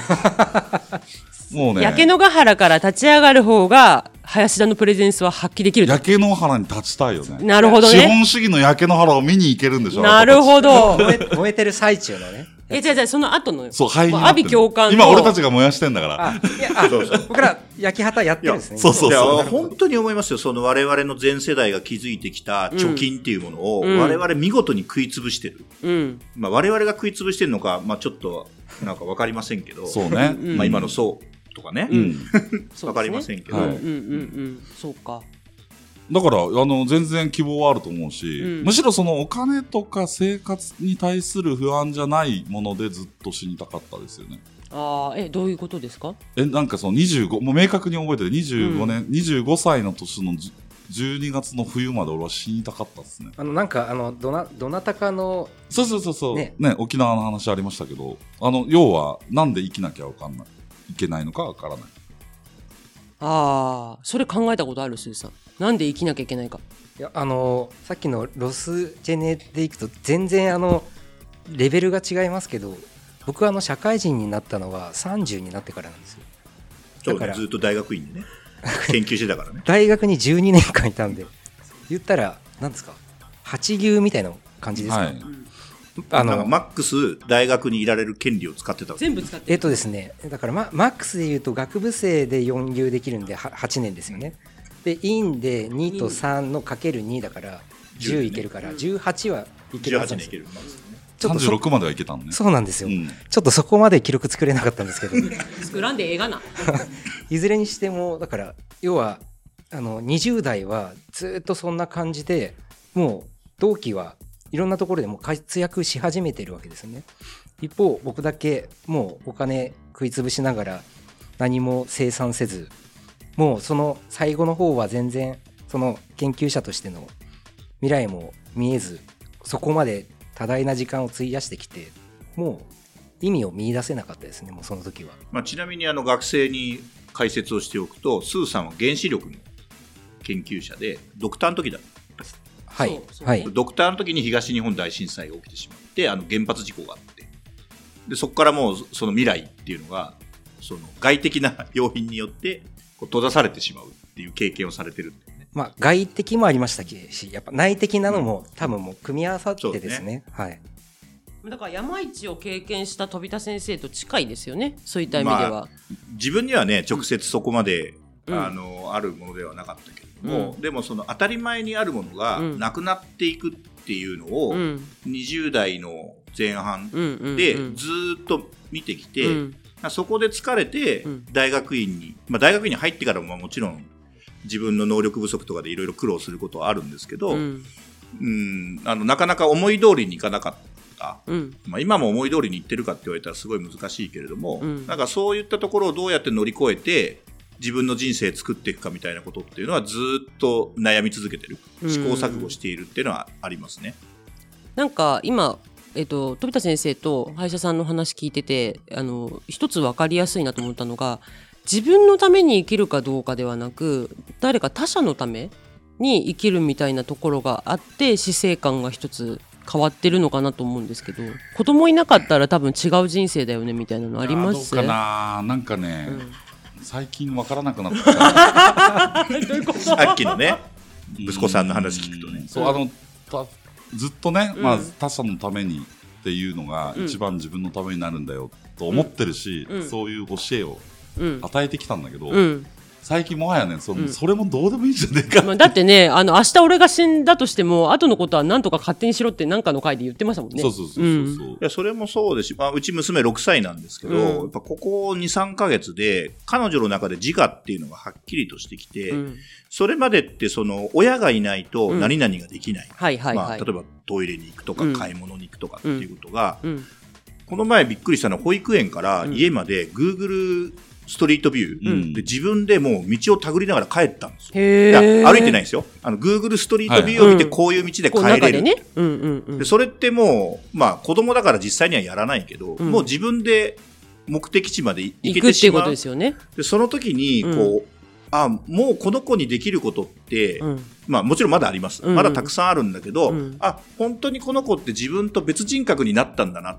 [SPEAKER 4] もうね
[SPEAKER 1] 焼け野ヶ原から立ち上がる方が林田のプレゼンスは発揮できると
[SPEAKER 4] 焼け野原に立ちたいよね
[SPEAKER 1] なるほど
[SPEAKER 4] 資
[SPEAKER 1] ね
[SPEAKER 4] 本主義の焼け野原を見に行けるんでしょ
[SPEAKER 1] なる
[SPEAKER 4] ど
[SPEAKER 1] ほど
[SPEAKER 2] 燃え燃えてる最中のね
[SPEAKER 1] えじゃじゃその後のよ
[SPEAKER 4] そう、灰に
[SPEAKER 1] もう
[SPEAKER 4] な
[SPEAKER 1] 阿
[SPEAKER 4] って
[SPEAKER 1] 鼻
[SPEAKER 4] る
[SPEAKER 1] 教官の
[SPEAKER 4] 今俺たちが燃やしてんだから
[SPEAKER 2] あいやあ僕ら焼き畑やってるんですね。
[SPEAKER 4] いやそうそう
[SPEAKER 3] いや
[SPEAKER 4] そう
[SPEAKER 3] 本当に思いますよ。その我々の全世代が築いてきた貯金っていうものを、
[SPEAKER 1] うん
[SPEAKER 3] 我々見事に食い潰してる。
[SPEAKER 1] うん。
[SPEAKER 3] まあ、我々が食い潰してるのか、まあ、ちょっと、なんかわかりませんけど、
[SPEAKER 4] そうね。
[SPEAKER 1] うん
[SPEAKER 3] *laughs* まあ、今のそうとかね
[SPEAKER 4] う、
[SPEAKER 3] *laughs*
[SPEAKER 1] そ
[SPEAKER 4] ん。
[SPEAKER 1] うですね
[SPEAKER 3] わかりませんけど、
[SPEAKER 1] うん
[SPEAKER 4] は
[SPEAKER 1] うん
[SPEAKER 4] い
[SPEAKER 1] うんうん。そうか。
[SPEAKER 4] だからあの全然希望はあると思うし、
[SPEAKER 1] うん
[SPEAKER 4] むしろそのお金とか生活に対する不安じゃないものでずっと死にたかったですよね。
[SPEAKER 1] ああ、え、どういうことですか
[SPEAKER 4] えなんかその25もう明確に覚えてる25年、25歳の年のじ12月の冬まで俺は死にたかったですね。
[SPEAKER 2] あのなんかあのどなどなたかの
[SPEAKER 4] そうそうそうそう、ね
[SPEAKER 2] ね
[SPEAKER 4] 沖縄の話ありましたけどあの要はなんで生きなきゃわかんないいけないのかわからない。
[SPEAKER 1] ああ、それ考えたことある、すずさん。なんで生きなきゃいけないか。
[SPEAKER 2] いやあのさっきのロスジェネでいくと全然あのレベルが違いますけど僕はあの社会人になったのは30になってからなんですよ
[SPEAKER 3] そう
[SPEAKER 2] だか
[SPEAKER 3] ね
[SPEAKER 2] ら
[SPEAKER 3] ずっと大学院
[SPEAKER 4] *laughs*
[SPEAKER 3] でね、研究してたからね。
[SPEAKER 2] 大学に12年間いたんで言ったら何ですか八牛みたいな感じですか、
[SPEAKER 4] はい、
[SPEAKER 2] あ
[SPEAKER 3] なんか
[SPEAKER 2] の
[SPEAKER 3] マックス大学にいられる権利を使ってたわけ
[SPEAKER 1] 全部使って
[SPEAKER 2] えっとですねだからママックスでいうと学部生で4流できるんでは8年ですよねで院で2と3のかける2だから10いけるから18はいけるはずなん
[SPEAKER 3] 18年
[SPEAKER 2] で
[SPEAKER 3] い
[SPEAKER 2] す
[SPEAKER 3] け
[SPEAKER 2] よ
[SPEAKER 3] る。
[SPEAKER 2] ちょっとそ
[SPEAKER 4] 36まではいけたのね。
[SPEAKER 2] そうなんです
[SPEAKER 4] う
[SPEAKER 2] よ、
[SPEAKER 4] ん、
[SPEAKER 2] ちょっとそこまで記録作れなかったんですけど
[SPEAKER 1] 作らんでええがな。
[SPEAKER 2] いずれにしてもだから要はあの20代はずっとそんな感じでもう同期はいろんなところでもう活躍し始めてるわけですよね一方僕だけもうお金食いつぶしながら何も生産せずもうその最後の方は全然その研究者としての未来も見えずそこまで多大な時間を費やしてきてもう意味を見出せなかったですねもうその時は。
[SPEAKER 3] まあ、ちなみにあの学生に解説をしておくと、スーさんは原子力の研究者で、ドクターの時だった
[SPEAKER 2] はい
[SPEAKER 1] そうそう
[SPEAKER 2] はい
[SPEAKER 3] ドクターの時に東日本大震災が起きてしまって、あの原発事故があって、でそこからもうその未来っていうのが、その外的な要因によってこう閉ざされてしまうっていう経験をされてるんだよね。
[SPEAKER 2] まあ、外的もありましたし、やっぱ内的なのも、多分もう組み合わさってですね。はい。
[SPEAKER 1] だから山一を経験した飛田先生と近いですよね。そういった意味では。
[SPEAKER 3] 自分にはね、直接そこまで、
[SPEAKER 1] うん
[SPEAKER 3] あの、あるものではなかったけれども、
[SPEAKER 1] う
[SPEAKER 3] でもその当たり前にあるものが
[SPEAKER 1] うん
[SPEAKER 3] なくなっていくっていうの
[SPEAKER 1] う
[SPEAKER 3] を、
[SPEAKER 1] ん。
[SPEAKER 3] 20代の前半
[SPEAKER 1] うんうんうん。
[SPEAKER 3] で
[SPEAKER 1] うん
[SPEAKER 3] ずーっと見てきて、
[SPEAKER 1] うん
[SPEAKER 3] まあそこで疲れて
[SPEAKER 1] うん、
[SPEAKER 3] 大学院に、まあ、大学院に入ってからもまあもちろん、自分の能力不足とかでいろいろ苦労することはあるんですけど、う
[SPEAKER 1] うんん
[SPEAKER 3] あのなかなか思い通りにいかなかった。
[SPEAKER 1] うん
[SPEAKER 3] まあ、今も思い通りにいってるかって言われたらすごい難しいけれども、
[SPEAKER 1] うん
[SPEAKER 3] なんかそういったところをどうやって乗り越えて、自分の人生作っていくかみたいなことっていうのはずーっと悩み続けてる。
[SPEAKER 1] うん
[SPEAKER 3] 試行錯誤しているっていうのはありますね。
[SPEAKER 1] なんか今、えっと、飛田先生と歯医者さんの話聞いててあの一つ分かりやすいなと思ったのが自分のために生きるかどうかではなく誰か他者のために生きるみたいなところがあって死生観が一つ変わってるのかなと思うんですけど子供いなかったら多分違う人生だよねみたいなのあります
[SPEAKER 4] あーどうかななんかね、
[SPEAKER 1] うん
[SPEAKER 4] 最近わからなくなった。
[SPEAKER 3] さっきのね、
[SPEAKER 1] *laughs*
[SPEAKER 3] 息子さんの話聞くと
[SPEAKER 4] う
[SPEAKER 3] ね
[SPEAKER 4] ん。そうあのたずっとね、
[SPEAKER 1] うん
[SPEAKER 4] まあ、他者のためにっていうのが
[SPEAKER 1] うん
[SPEAKER 4] 一番自分のためになるんだよと思ってるし、
[SPEAKER 1] うん
[SPEAKER 4] そういう教えを
[SPEAKER 1] うん
[SPEAKER 4] 与えてきたんだけど、
[SPEAKER 1] うん
[SPEAKER 4] 最近もはやねそ,、
[SPEAKER 1] うん
[SPEAKER 4] それもどうでもいいんじゃねえか、
[SPEAKER 1] まあ、だってねあの明日俺が死んだとしても後のことは何とか勝手にしろって何かの回で言ってましたもんね。
[SPEAKER 4] そうそうそうそうそう、
[SPEAKER 3] いや、それもそうですし、まあ、うち娘6歳なんですけど、
[SPEAKER 1] うん
[SPEAKER 3] やっぱここ2、3ヶ月で、彼女の中で自我っていうのがはっきりとしてきて、
[SPEAKER 1] うん
[SPEAKER 3] それまでって、その、親がいないと
[SPEAKER 1] うん
[SPEAKER 3] 何々ができない。
[SPEAKER 1] はいはい
[SPEAKER 3] まあ、
[SPEAKER 1] は
[SPEAKER 3] 例
[SPEAKER 1] い。
[SPEAKER 3] えばトイレに行くとか、
[SPEAKER 1] うん
[SPEAKER 3] 買い物に行くとかっていうことが、
[SPEAKER 1] うん
[SPEAKER 3] この前びっくりしたのは保育園から
[SPEAKER 1] うん
[SPEAKER 3] 家まで Google ストリートビュー、
[SPEAKER 4] うん
[SPEAKER 3] で自分でもう道を手繰りながら帰ったんですよ。
[SPEAKER 1] へ
[SPEAKER 3] いや
[SPEAKER 1] え。
[SPEAKER 3] 歩いてない
[SPEAKER 1] い。
[SPEAKER 3] んですよ。あの Google ストリートビューを見て
[SPEAKER 1] はい
[SPEAKER 3] こういう道で
[SPEAKER 1] こう
[SPEAKER 3] 帰
[SPEAKER 1] 中で
[SPEAKER 3] れる
[SPEAKER 1] ね。うんうんうん
[SPEAKER 3] で。それってもう、まあ、子供だから実際にはやらないけど、
[SPEAKER 1] うん
[SPEAKER 3] もう自分で目的地まで行
[SPEAKER 1] 行く
[SPEAKER 3] けて
[SPEAKER 1] ってい
[SPEAKER 3] し
[SPEAKER 1] うこ
[SPEAKER 3] ま
[SPEAKER 1] と
[SPEAKER 3] う
[SPEAKER 1] ですよね。
[SPEAKER 3] でその時にこう、あもうこの子にできることって、
[SPEAKER 1] うん
[SPEAKER 3] まあ、もちろんまだあります、
[SPEAKER 1] うん
[SPEAKER 3] まだたくさんあるんだけど、
[SPEAKER 1] うん
[SPEAKER 3] あ本当にこの子って自分と別人格になったんだなっ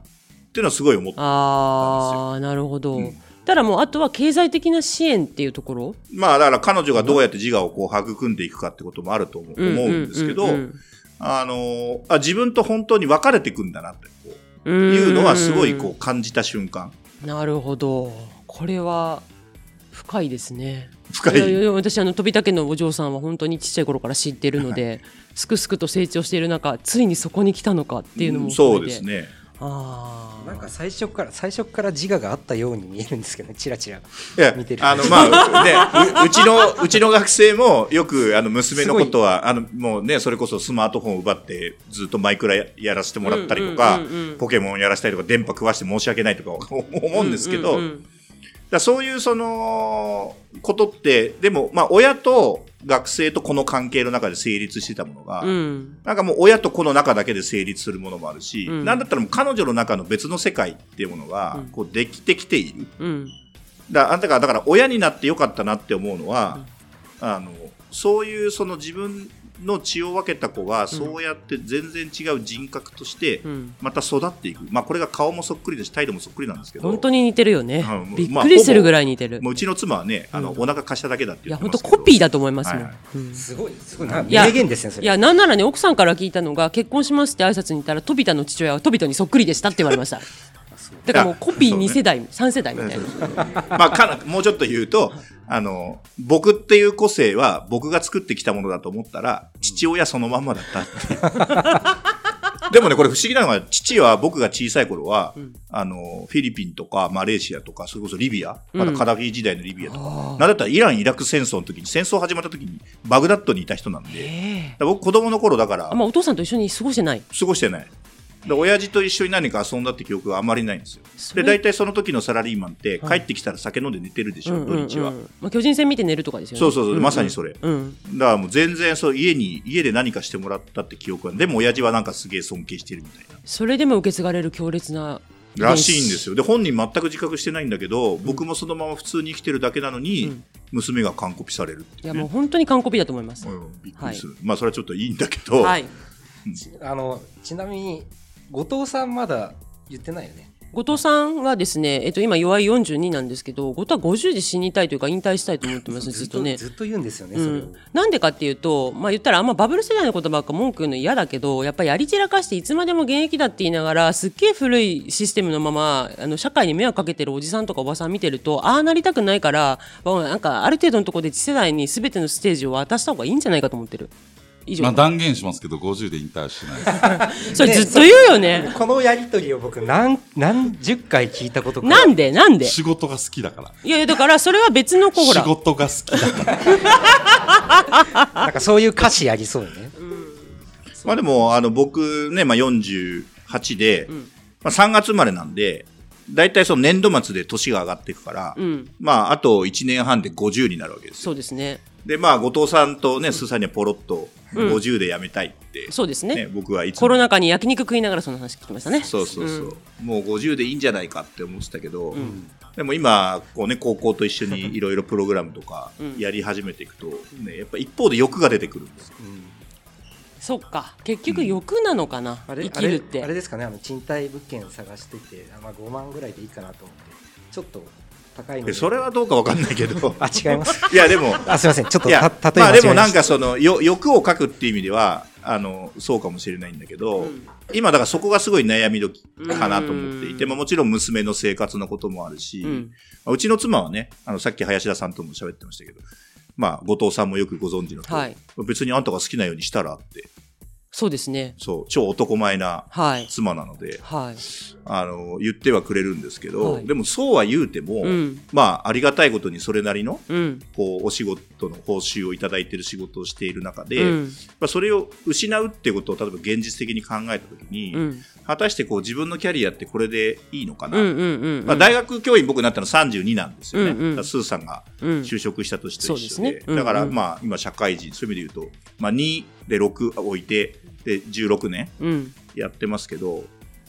[SPEAKER 3] ていうのはすごい思った、
[SPEAKER 1] ああ、なるほど。
[SPEAKER 3] うん
[SPEAKER 1] ただもうあとは経済的な支援っていうところ。
[SPEAKER 3] まあ、だから彼女がどうやって自我をこう育んでいくかってこともあると思う,、思うんですけど、あのーあ自分と本当に分かれていくんだなって
[SPEAKER 1] い
[SPEAKER 3] こ
[SPEAKER 1] う
[SPEAKER 3] いううのはすごいこう感じた瞬間。
[SPEAKER 1] う。なるほど。これは深いですね。
[SPEAKER 3] 深
[SPEAKER 1] やや
[SPEAKER 3] い。
[SPEAKER 1] や私あの飛びたけのお嬢さんは本当にちっちゃい頃から知ってるので、すくすくと成長している中、ついにそこに来たのかっていうのも
[SPEAKER 3] んそ
[SPEAKER 1] 含
[SPEAKER 3] う
[SPEAKER 1] め
[SPEAKER 3] で
[SPEAKER 1] て。
[SPEAKER 3] すね。
[SPEAKER 1] ああ。
[SPEAKER 2] なんか最初から最初から自我があったように見えるんですけどねチラチラ
[SPEAKER 3] いや
[SPEAKER 2] 見て、る
[SPEAKER 3] あの、まあ、ね、うう *laughs* ちの、うちの学生もよく、あの、娘のことは、あの、もうね、それこそスマートフォンを奪って、ずっとマイクラややらせてもらったりとか、
[SPEAKER 1] うんうんうんうん
[SPEAKER 3] ポケモンやらせたりとか、 *laughs* 電波食わして申し訳ないとか思うんですけど、
[SPEAKER 1] ううん
[SPEAKER 3] だからそういうそのことって、でも、まあ、親と学生とこの関係の中で成立してたものが、
[SPEAKER 1] うんうん
[SPEAKER 3] なんかもう親と子の中だけで成立するものもあるし、
[SPEAKER 1] うん
[SPEAKER 3] なんだったらもう彼女の中の別の世界っていうものが
[SPEAKER 1] うん、
[SPEAKER 3] こうできてきている。
[SPEAKER 1] うん
[SPEAKER 3] だからあんたがだから親になってよかったなって思うのは、あのそういうその自分の血を分けた子はそうやって全然違う人格として
[SPEAKER 1] うん
[SPEAKER 3] また育っていく、まあ、これが顔もそっくりだし態度もそっくりなんですけど
[SPEAKER 1] 本当に似てるよね
[SPEAKER 3] あもう。
[SPEAKER 1] びっ
[SPEAKER 3] まあ
[SPEAKER 1] くりするぐらい似てる。
[SPEAKER 3] もううちの妻はねあの、
[SPEAKER 1] うん
[SPEAKER 3] お腹貸しただけだっ
[SPEAKER 1] い
[SPEAKER 3] て言
[SPEAKER 1] や、
[SPEAKER 3] って
[SPEAKER 1] 本
[SPEAKER 3] ま
[SPEAKER 1] 当
[SPEAKER 3] すけど
[SPEAKER 1] コピーだと思います
[SPEAKER 3] はい
[SPEAKER 1] もん
[SPEAKER 3] はい。
[SPEAKER 1] うん
[SPEAKER 2] すごいすごいない
[SPEAKER 1] や
[SPEAKER 2] 名言ですね
[SPEAKER 1] い
[SPEAKER 2] それ
[SPEAKER 1] や、なんならね、奥さんから聞いたのが、結婚しますって挨拶に行ったら、飛田の父親は飛田にそっくりでしたって言われ
[SPEAKER 3] *laughs*
[SPEAKER 1] ました。だからもうコピー2世代、3世代みたいな。
[SPEAKER 3] まあ、かなもうちょっと言うとあの僕っていう個性は僕が作ってきたものだと思ったら父親そのまんまだったっていう *laughs* でもねこれ不思議なのは父は僕が小さい頃は、あのフィリピンとかマレーシアとかそれこそリビアまだカダフィ時代のリビアとか、なんだったらイラン・イラク戦争の時に戦争始まった時にバグダッドにいた人なんで、だから僕子供の頃だから
[SPEAKER 1] あんまお父さんと一緒に過ごしてない。
[SPEAKER 3] 過ごしてない。で親父と一緒に何か遊んだって記憶があまりないんですよ。で、
[SPEAKER 1] れ
[SPEAKER 3] 大体その時のサラリーマンって、帰ってきたら酒飲んで寝てるでしょ、土日は。
[SPEAKER 1] まあ、巨人戦見て寝るとかですよね。
[SPEAKER 3] そうそうそう、
[SPEAKER 1] んん
[SPEAKER 3] まさにそれ。
[SPEAKER 1] うん。
[SPEAKER 3] だからもう全然そう、家に、家で何かしてもらったって記憶は、でも親父はなんかすげえ尊敬してるみたいな。
[SPEAKER 1] それでも受け継がれる強烈な。
[SPEAKER 3] らしいんですよ。で、本人全く自覚してないんだけど、僕もそのまま普通に生きてるだけなのに、
[SPEAKER 1] うん
[SPEAKER 3] 娘が完コピされるって
[SPEAKER 1] い
[SPEAKER 3] い
[SPEAKER 1] や、
[SPEAKER 3] うね、
[SPEAKER 1] もう本当に完コピだと思います。
[SPEAKER 3] うんびっくりする。まあ、それはちょっといいんだけど、
[SPEAKER 1] はい。
[SPEAKER 2] あのちなみに後藤さんまだ言ってないよね
[SPEAKER 1] 後藤さんはですね、えっと、今、弱い42なんですけど、後藤は50で死にたいというか、引退したいと思ってます、ずっとね。
[SPEAKER 2] ずっと言うんですよね
[SPEAKER 1] う
[SPEAKER 2] それを
[SPEAKER 1] ん、なんでかっていうと、まあ、言ったらあんまバブル世代のことばっか文句言うの嫌だけどやっぱりやり散らかしていつまでも現役だって言いながらすっげえ古いシステムのままあの社会に迷惑かけてるおじさんとかおばさん見てるとああなりたくないから、まあ、なんかある程度のところで次世代に全てのステージを渡した方がいいんじゃないかと思ってる以上、
[SPEAKER 4] まあ断言しますけど50で引退はしないです
[SPEAKER 1] それ
[SPEAKER 2] ね
[SPEAKER 1] ずっと言うよね
[SPEAKER 2] このやりとりを僕何何十回聞いたことか
[SPEAKER 1] なんでなんで
[SPEAKER 4] 仕事が好きだから
[SPEAKER 1] いやいやだからそれは別の子ほ
[SPEAKER 4] 仕
[SPEAKER 1] ら
[SPEAKER 4] 事が好きだから
[SPEAKER 2] なんかそういう歌詞ありそうよね
[SPEAKER 3] まあでも、あの、僕ね、まあ48で、
[SPEAKER 1] ん
[SPEAKER 3] まあ3月生まれなんで、大体その年度末で年が上がっていくから、
[SPEAKER 1] うん
[SPEAKER 3] まああと1年半で50になるわけですよ。
[SPEAKER 1] そうですね
[SPEAKER 3] で、まあ後藤さんとね、スーさんにはポロッと
[SPEAKER 1] うん
[SPEAKER 3] 50で辞めたいって、
[SPEAKER 1] そうです
[SPEAKER 3] ね、
[SPEAKER 1] ね
[SPEAKER 3] 僕はいつも
[SPEAKER 1] コロナ禍に焼肉食いながらその話聞きましたね
[SPEAKER 3] そうそうそう、もう50でいいんじゃないかって思ってたけど、
[SPEAKER 1] ん
[SPEAKER 3] でも今こう、ね、高校と一緒
[SPEAKER 1] *laughs*
[SPEAKER 3] にいろいろプログラムとか
[SPEAKER 1] うん
[SPEAKER 3] やり始めていくと、ね、やっぱ一方で欲が出てくるんですよ
[SPEAKER 1] そっか結局欲なのかな、
[SPEAKER 2] あれ
[SPEAKER 1] 生きるっ
[SPEAKER 2] あれ
[SPEAKER 1] て
[SPEAKER 2] あれですかねあの賃貸物件探しててあ、まあ、5万ぐらいでいいかなと思ってちょっと高いの
[SPEAKER 3] で
[SPEAKER 2] で
[SPEAKER 3] それはどうかわかんない
[SPEAKER 1] *laughs*
[SPEAKER 3] けど
[SPEAKER 2] あ違います
[SPEAKER 3] いやでも
[SPEAKER 2] あすいませんちょっと
[SPEAKER 3] い
[SPEAKER 2] た
[SPEAKER 3] や、
[SPEAKER 2] 例え
[SPEAKER 3] まあ
[SPEAKER 2] 間違
[SPEAKER 3] で
[SPEAKER 2] え
[SPEAKER 3] も
[SPEAKER 2] ま
[SPEAKER 3] なん
[SPEAKER 2] した
[SPEAKER 3] かそのよ欲を書くっていう意味ではあのそうかもしれないんだけど、今だからそこがすごい悩み時かなと思っていて、
[SPEAKER 1] うん
[SPEAKER 3] まあ、もちろん娘の生活のこともあるし、
[SPEAKER 1] う
[SPEAKER 3] うんちの妻はねあのさっき林田さんとも喋ってましたけど、まあ、後藤さんもよくご存知のと、
[SPEAKER 1] はい
[SPEAKER 3] 別にあんたが好きなようにしたらって
[SPEAKER 1] そうですね
[SPEAKER 3] そう超男前な
[SPEAKER 1] はい
[SPEAKER 3] 妻なので
[SPEAKER 1] はい
[SPEAKER 3] あの言ってはくれるんですけど、
[SPEAKER 1] はい
[SPEAKER 3] でもそうは言うても、
[SPEAKER 1] うん
[SPEAKER 3] まあ、ありがたいことにそれなりの
[SPEAKER 1] うん
[SPEAKER 3] こうお仕事の報酬をいただいている仕事をしている中で、
[SPEAKER 1] うん
[SPEAKER 3] まあ、それを失うってことを例えば現実的に考えた時に、
[SPEAKER 1] うん
[SPEAKER 3] 果たしてこう自分のキャリアってこれでいいのかな、
[SPEAKER 1] うんうんうん
[SPEAKER 3] まあ、大学教員僕になったの32なんですよね、
[SPEAKER 1] うんうん
[SPEAKER 3] だからスーさんが
[SPEAKER 1] うん
[SPEAKER 3] 就職した年と一
[SPEAKER 1] そう
[SPEAKER 3] 緒で,、
[SPEAKER 1] ですねうんうん
[SPEAKER 3] だからまあ今社会人そういう意味で言うと、まあ、2で6置いてで16年
[SPEAKER 1] うん
[SPEAKER 3] やってますけど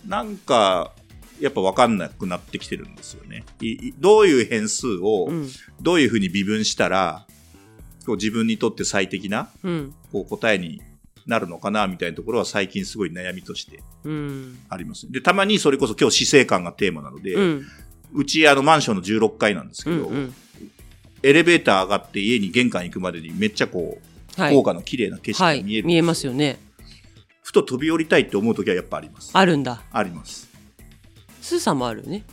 [SPEAKER 3] なんかやっぱ分かんなくなってきてるんですよね。いいどういう変数を、
[SPEAKER 1] うん
[SPEAKER 3] どういうふうに微分したらこう自分にとって最適な
[SPEAKER 1] うん
[SPEAKER 3] こう答えになるのかなみたいなところは最近すごい悩みとして
[SPEAKER 1] うん
[SPEAKER 3] ありますね。で、たまにそれこそ今日死生観がテーマなので、
[SPEAKER 1] う
[SPEAKER 3] うんちあのマンションの16階なんですけ
[SPEAKER 1] う
[SPEAKER 3] ど、
[SPEAKER 1] んうん
[SPEAKER 3] エレベーター上がって家に玄関行くまでにめっちゃこう、
[SPEAKER 1] はい
[SPEAKER 3] 高価な綺麗な景色
[SPEAKER 1] は
[SPEAKER 3] が
[SPEAKER 1] い
[SPEAKER 3] 見える、
[SPEAKER 1] 見えますよね
[SPEAKER 3] ふと飛び降りたいって思う時はやっぱあります。あ
[SPEAKER 1] あるんだ
[SPEAKER 3] ります。
[SPEAKER 1] スーさんもあるよね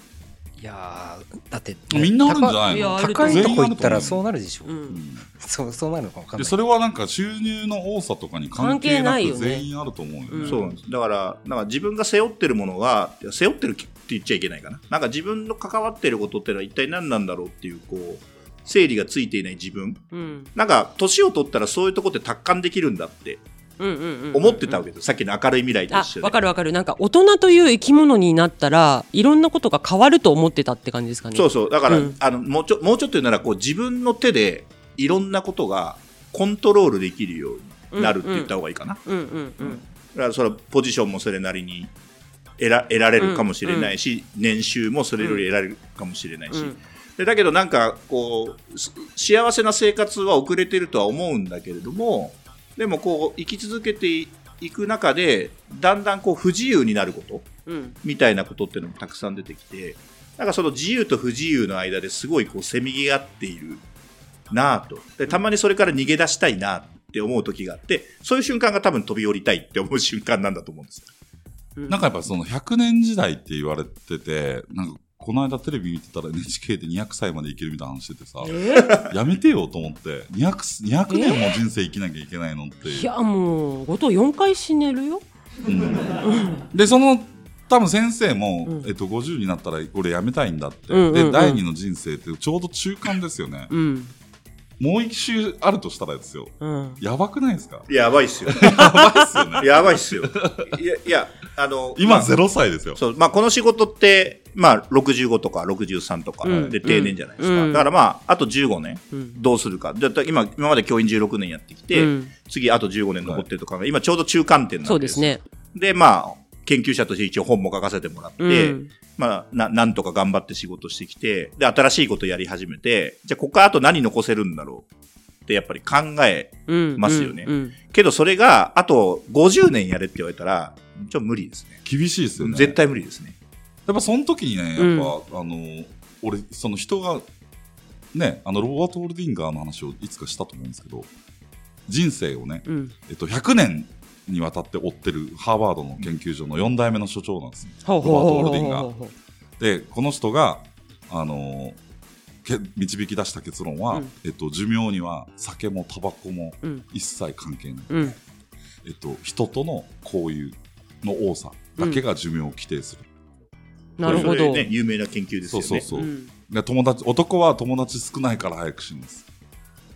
[SPEAKER 2] いやーだってね、
[SPEAKER 4] みんなあるんじゃない
[SPEAKER 1] いや
[SPEAKER 4] の
[SPEAKER 1] あると
[SPEAKER 2] 高
[SPEAKER 1] 思う
[SPEAKER 2] いとこ
[SPEAKER 4] 全員あると思う
[SPEAKER 2] 行ったらそうなるでしょ、
[SPEAKER 1] う
[SPEAKER 4] うんん
[SPEAKER 2] そうそうなるのか分かん
[SPEAKER 4] で
[SPEAKER 2] ない
[SPEAKER 4] それはなんか収入の多さとかに関
[SPEAKER 1] 関係
[SPEAKER 4] 係な
[SPEAKER 1] ない
[SPEAKER 4] く
[SPEAKER 1] よね
[SPEAKER 4] 全員あると思うよね。
[SPEAKER 1] うん
[SPEAKER 3] そうなんですだからなんか自分が背負ってるものがいや背負ってるって言っちゃいけないかななんか自分の関わってることってのは一体何なんだろうっていうこう整理がついていない自分
[SPEAKER 1] うん
[SPEAKER 3] なんか年を取ったらそういうとこって達観できるんだって
[SPEAKER 1] うんうんうん
[SPEAKER 3] 思ってたわけです、さっきの明るい未来と
[SPEAKER 1] あ
[SPEAKER 3] 一緒で
[SPEAKER 1] わかるわかるなんか大人という生き物になったらいろんなことが変わると思ってたって感じですかね
[SPEAKER 3] そうそうだから、
[SPEAKER 1] うん
[SPEAKER 3] あのもうちょもうちょっと言うならこう自分の手でいろんなことがコントロールできるようになるって言った方がいいかな、
[SPEAKER 1] うんうんうん
[SPEAKER 3] だからそれはポジションもそれなりに得ら得られるかもしれないし、年収もそれより得られるかもしれないし、
[SPEAKER 1] うん
[SPEAKER 3] でだけどなんかこうす幸せな生活は遅れてるとは思うんだけれどもでもこう生き続けていく中でだんだんこう不自由になること
[SPEAKER 1] うん
[SPEAKER 3] みたいなことっていうのもたくさん出てきてなんかその自由と不自由の間ですごいこうせめぎ合っているなぁとでたまにそれから逃げ出したいなって思う時があってそういう瞬間が多分飛び降りたいって思う瞬間なんだと思うんですよ
[SPEAKER 1] うん
[SPEAKER 4] なんかやっぱその100年時代って言われてて、なんかこの間テレビ見てたら NHK で200歳まで生きるみたいな話しててさ、やめてよと思って、200, 200年も人生生きなきゃいけないのっていう
[SPEAKER 1] いやもう後藤4回死ねるよ
[SPEAKER 4] うんでその多分先生も、
[SPEAKER 1] うん
[SPEAKER 4] えっと、50になったらこれやめたいんだって、
[SPEAKER 1] うんうんうん
[SPEAKER 4] で第二の人生ってちょうど中間ですよね、
[SPEAKER 1] うん
[SPEAKER 4] もう一周あるとしたらですよ
[SPEAKER 1] うん
[SPEAKER 4] やばくないですか
[SPEAKER 3] やばいっ
[SPEAKER 1] *laughs*
[SPEAKER 3] すよ
[SPEAKER 4] やばいっすよね
[SPEAKER 3] やばいっすよいやいやあの
[SPEAKER 4] 今
[SPEAKER 3] まあ
[SPEAKER 4] 0歳ですよ、
[SPEAKER 3] そう、まあ、この仕事って、まあ、65とか63とか
[SPEAKER 1] うん
[SPEAKER 3] で定年じゃないですか。
[SPEAKER 1] うん
[SPEAKER 3] だからまあ、あと15年、
[SPEAKER 1] うん
[SPEAKER 3] どうするか。だって今、今まで教員16年やってきて、
[SPEAKER 1] うん
[SPEAKER 3] 次あと15年残ってるとか、今ちょうど中間点なんです。
[SPEAKER 1] そうです。ね
[SPEAKER 3] で、まあ、研究者として一応本も書かせてもらって、
[SPEAKER 1] うん
[SPEAKER 3] まあ、な、なんとか頑張って仕事してきて、で、新しいことやり始めて、じゃあ、ここからあと何残せるんだろうって、やっぱり考え、
[SPEAKER 1] うん
[SPEAKER 3] ますよね
[SPEAKER 1] うん
[SPEAKER 3] けどそれが、あと50年やれって言われたら、ちょっと無理ですね。
[SPEAKER 4] 厳しいですよね
[SPEAKER 3] 絶対無理ですね。
[SPEAKER 4] やっぱその時にねやっぱ、
[SPEAKER 1] うん
[SPEAKER 4] あの俺その人がねあのロバート・オルディンガーの話をいつかしたと思うんですけど人生をね、
[SPEAKER 1] うん
[SPEAKER 4] えっと、100年にわたって追ってるハーバードの研究所の4代目の所長なんですよ
[SPEAKER 1] ほうほうほうほう
[SPEAKER 4] ロバートオルディンガー
[SPEAKER 1] ほうほう
[SPEAKER 4] でこの人が、あのーけ導き出した結論は、
[SPEAKER 1] うん
[SPEAKER 4] えっと、寿命には酒もタバコも
[SPEAKER 1] うん
[SPEAKER 4] 一切関係ない、
[SPEAKER 1] うん
[SPEAKER 4] えっと、人との交友の多さだけが寿命を規定する、
[SPEAKER 1] なるほ
[SPEAKER 3] それ
[SPEAKER 1] ど
[SPEAKER 3] ね、有名な研究です
[SPEAKER 4] そ
[SPEAKER 3] よ
[SPEAKER 4] う
[SPEAKER 3] ね。
[SPEAKER 4] そうそう、
[SPEAKER 1] うん
[SPEAKER 4] で友達男は友達少ないから早く死ぬんです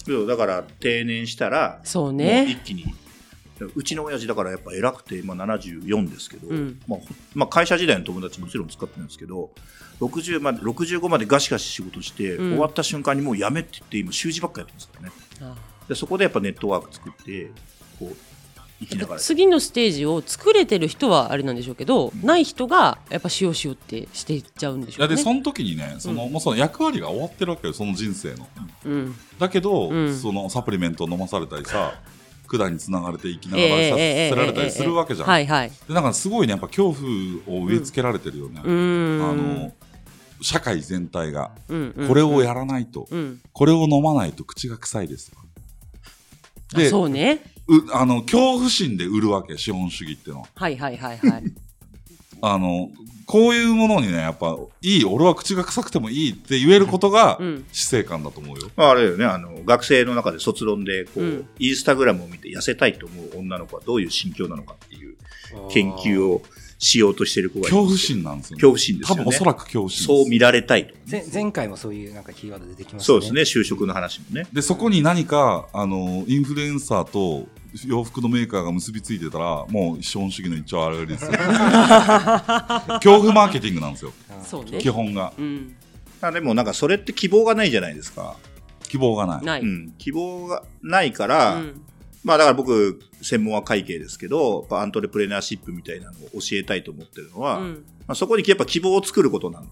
[SPEAKER 3] そうだから定年したら、
[SPEAKER 1] そう
[SPEAKER 3] もう一
[SPEAKER 1] ね
[SPEAKER 3] 気にうちの親父だからやっぱ偉くて、まあ、74ですけど、
[SPEAKER 1] うん
[SPEAKER 3] まあほまあ、会社時代の友達もちろん使ってるんですけど60まで65までガシガシ仕事して、
[SPEAKER 1] うん
[SPEAKER 3] 終わった瞬間にもうやめって言って今習字ばっかやってますからね
[SPEAKER 1] あ
[SPEAKER 3] でそこでやっぱネットワーク作ってこう生きながら
[SPEAKER 1] 次のステージを作れてる人はあれなんでしょうけど、
[SPEAKER 3] ん
[SPEAKER 1] ない人がやっぱしようしようってしていっちゃうんでし
[SPEAKER 4] い
[SPEAKER 1] ょ
[SPEAKER 4] や
[SPEAKER 1] うね
[SPEAKER 4] でその時にねその、
[SPEAKER 1] う
[SPEAKER 4] もうその役割が終わってるわけよその人生の
[SPEAKER 1] うん
[SPEAKER 4] だけど、
[SPEAKER 1] うん
[SPEAKER 4] そのサプリメントを飲まされたりさ管につながれて生きな
[SPEAKER 1] え
[SPEAKER 4] がら
[SPEAKER 1] え
[SPEAKER 4] さ
[SPEAKER 1] ええ
[SPEAKER 4] せられたりするわけじゃん、
[SPEAKER 1] ええはいはい
[SPEAKER 4] でなんかすごいねやっぱ恐怖を植え付けられてるよね、
[SPEAKER 1] うーん
[SPEAKER 4] あの社会全体が
[SPEAKER 1] うんうん
[SPEAKER 4] これをやらないと、
[SPEAKER 1] うん
[SPEAKER 4] これを飲まないと口が臭いですとか
[SPEAKER 1] あ
[SPEAKER 4] で
[SPEAKER 1] そうね
[SPEAKER 4] うあの恐怖心で売るわけ資本主義ってのは
[SPEAKER 1] はいはいはい
[SPEAKER 4] *laughs*
[SPEAKER 1] はい
[SPEAKER 4] あのこういうものにねやっぱいい俺は口が臭くてもいいって言えることが
[SPEAKER 1] うん
[SPEAKER 4] 死生観だと思うよ、
[SPEAKER 3] まあ、あれよねあの学生の中で卒論でこう、
[SPEAKER 1] うん
[SPEAKER 3] インスタグラムを見て痩せたいと思う女の子はどういう心境なのかっていう研究
[SPEAKER 2] を
[SPEAKER 3] をしようとしてる子がいるん
[SPEAKER 4] 恐
[SPEAKER 3] で
[SPEAKER 4] 怖
[SPEAKER 3] すよ
[SPEAKER 4] 心なんですよね
[SPEAKER 3] 恐怖心です
[SPEAKER 4] 多
[SPEAKER 3] よね
[SPEAKER 4] 分おそらく恐怖心
[SPEAKER 3] そう
[SPEAKER 4] です
[SPEAKER 3] 見られたいとかね、
[SPEAKER 2] 前回もそういうなんかキーワード出てきました
[SPEAKER 3] そうですね、就職の話もね。
[SPEAKER 4] でそこに何かあのインフルエンサーと洋服のメーカーが結びついてたらもう資本主義の一丁あれで
[SPEAKER 1] *laughs*
[SPEAKER 4] すよ恐怖マーケティングなんですよ
[SPEAKER 2] うん
[SPEAKER 1] そうね
[SPEAKER 4] 基本が
[SPEAKER 1] うん
[SPEAKER 3] あでもなんかそれって希望がないじゃないですか。
[SPEAKER 4] 希望がない
[SPEAKER 1] ないううん
[SPEAKER 3] ん、希望がないから、
[SPEAKER 1] うん
[SPEAKER 3] まあだから僕、専門は会計ですけど、やっぱアントレプレナーシップみたいなのを教えたいと思ってるのは、
[SPEAKER 1] うん
[SPEAKER 3] まあ、そこにやっぱ希望を作ることなん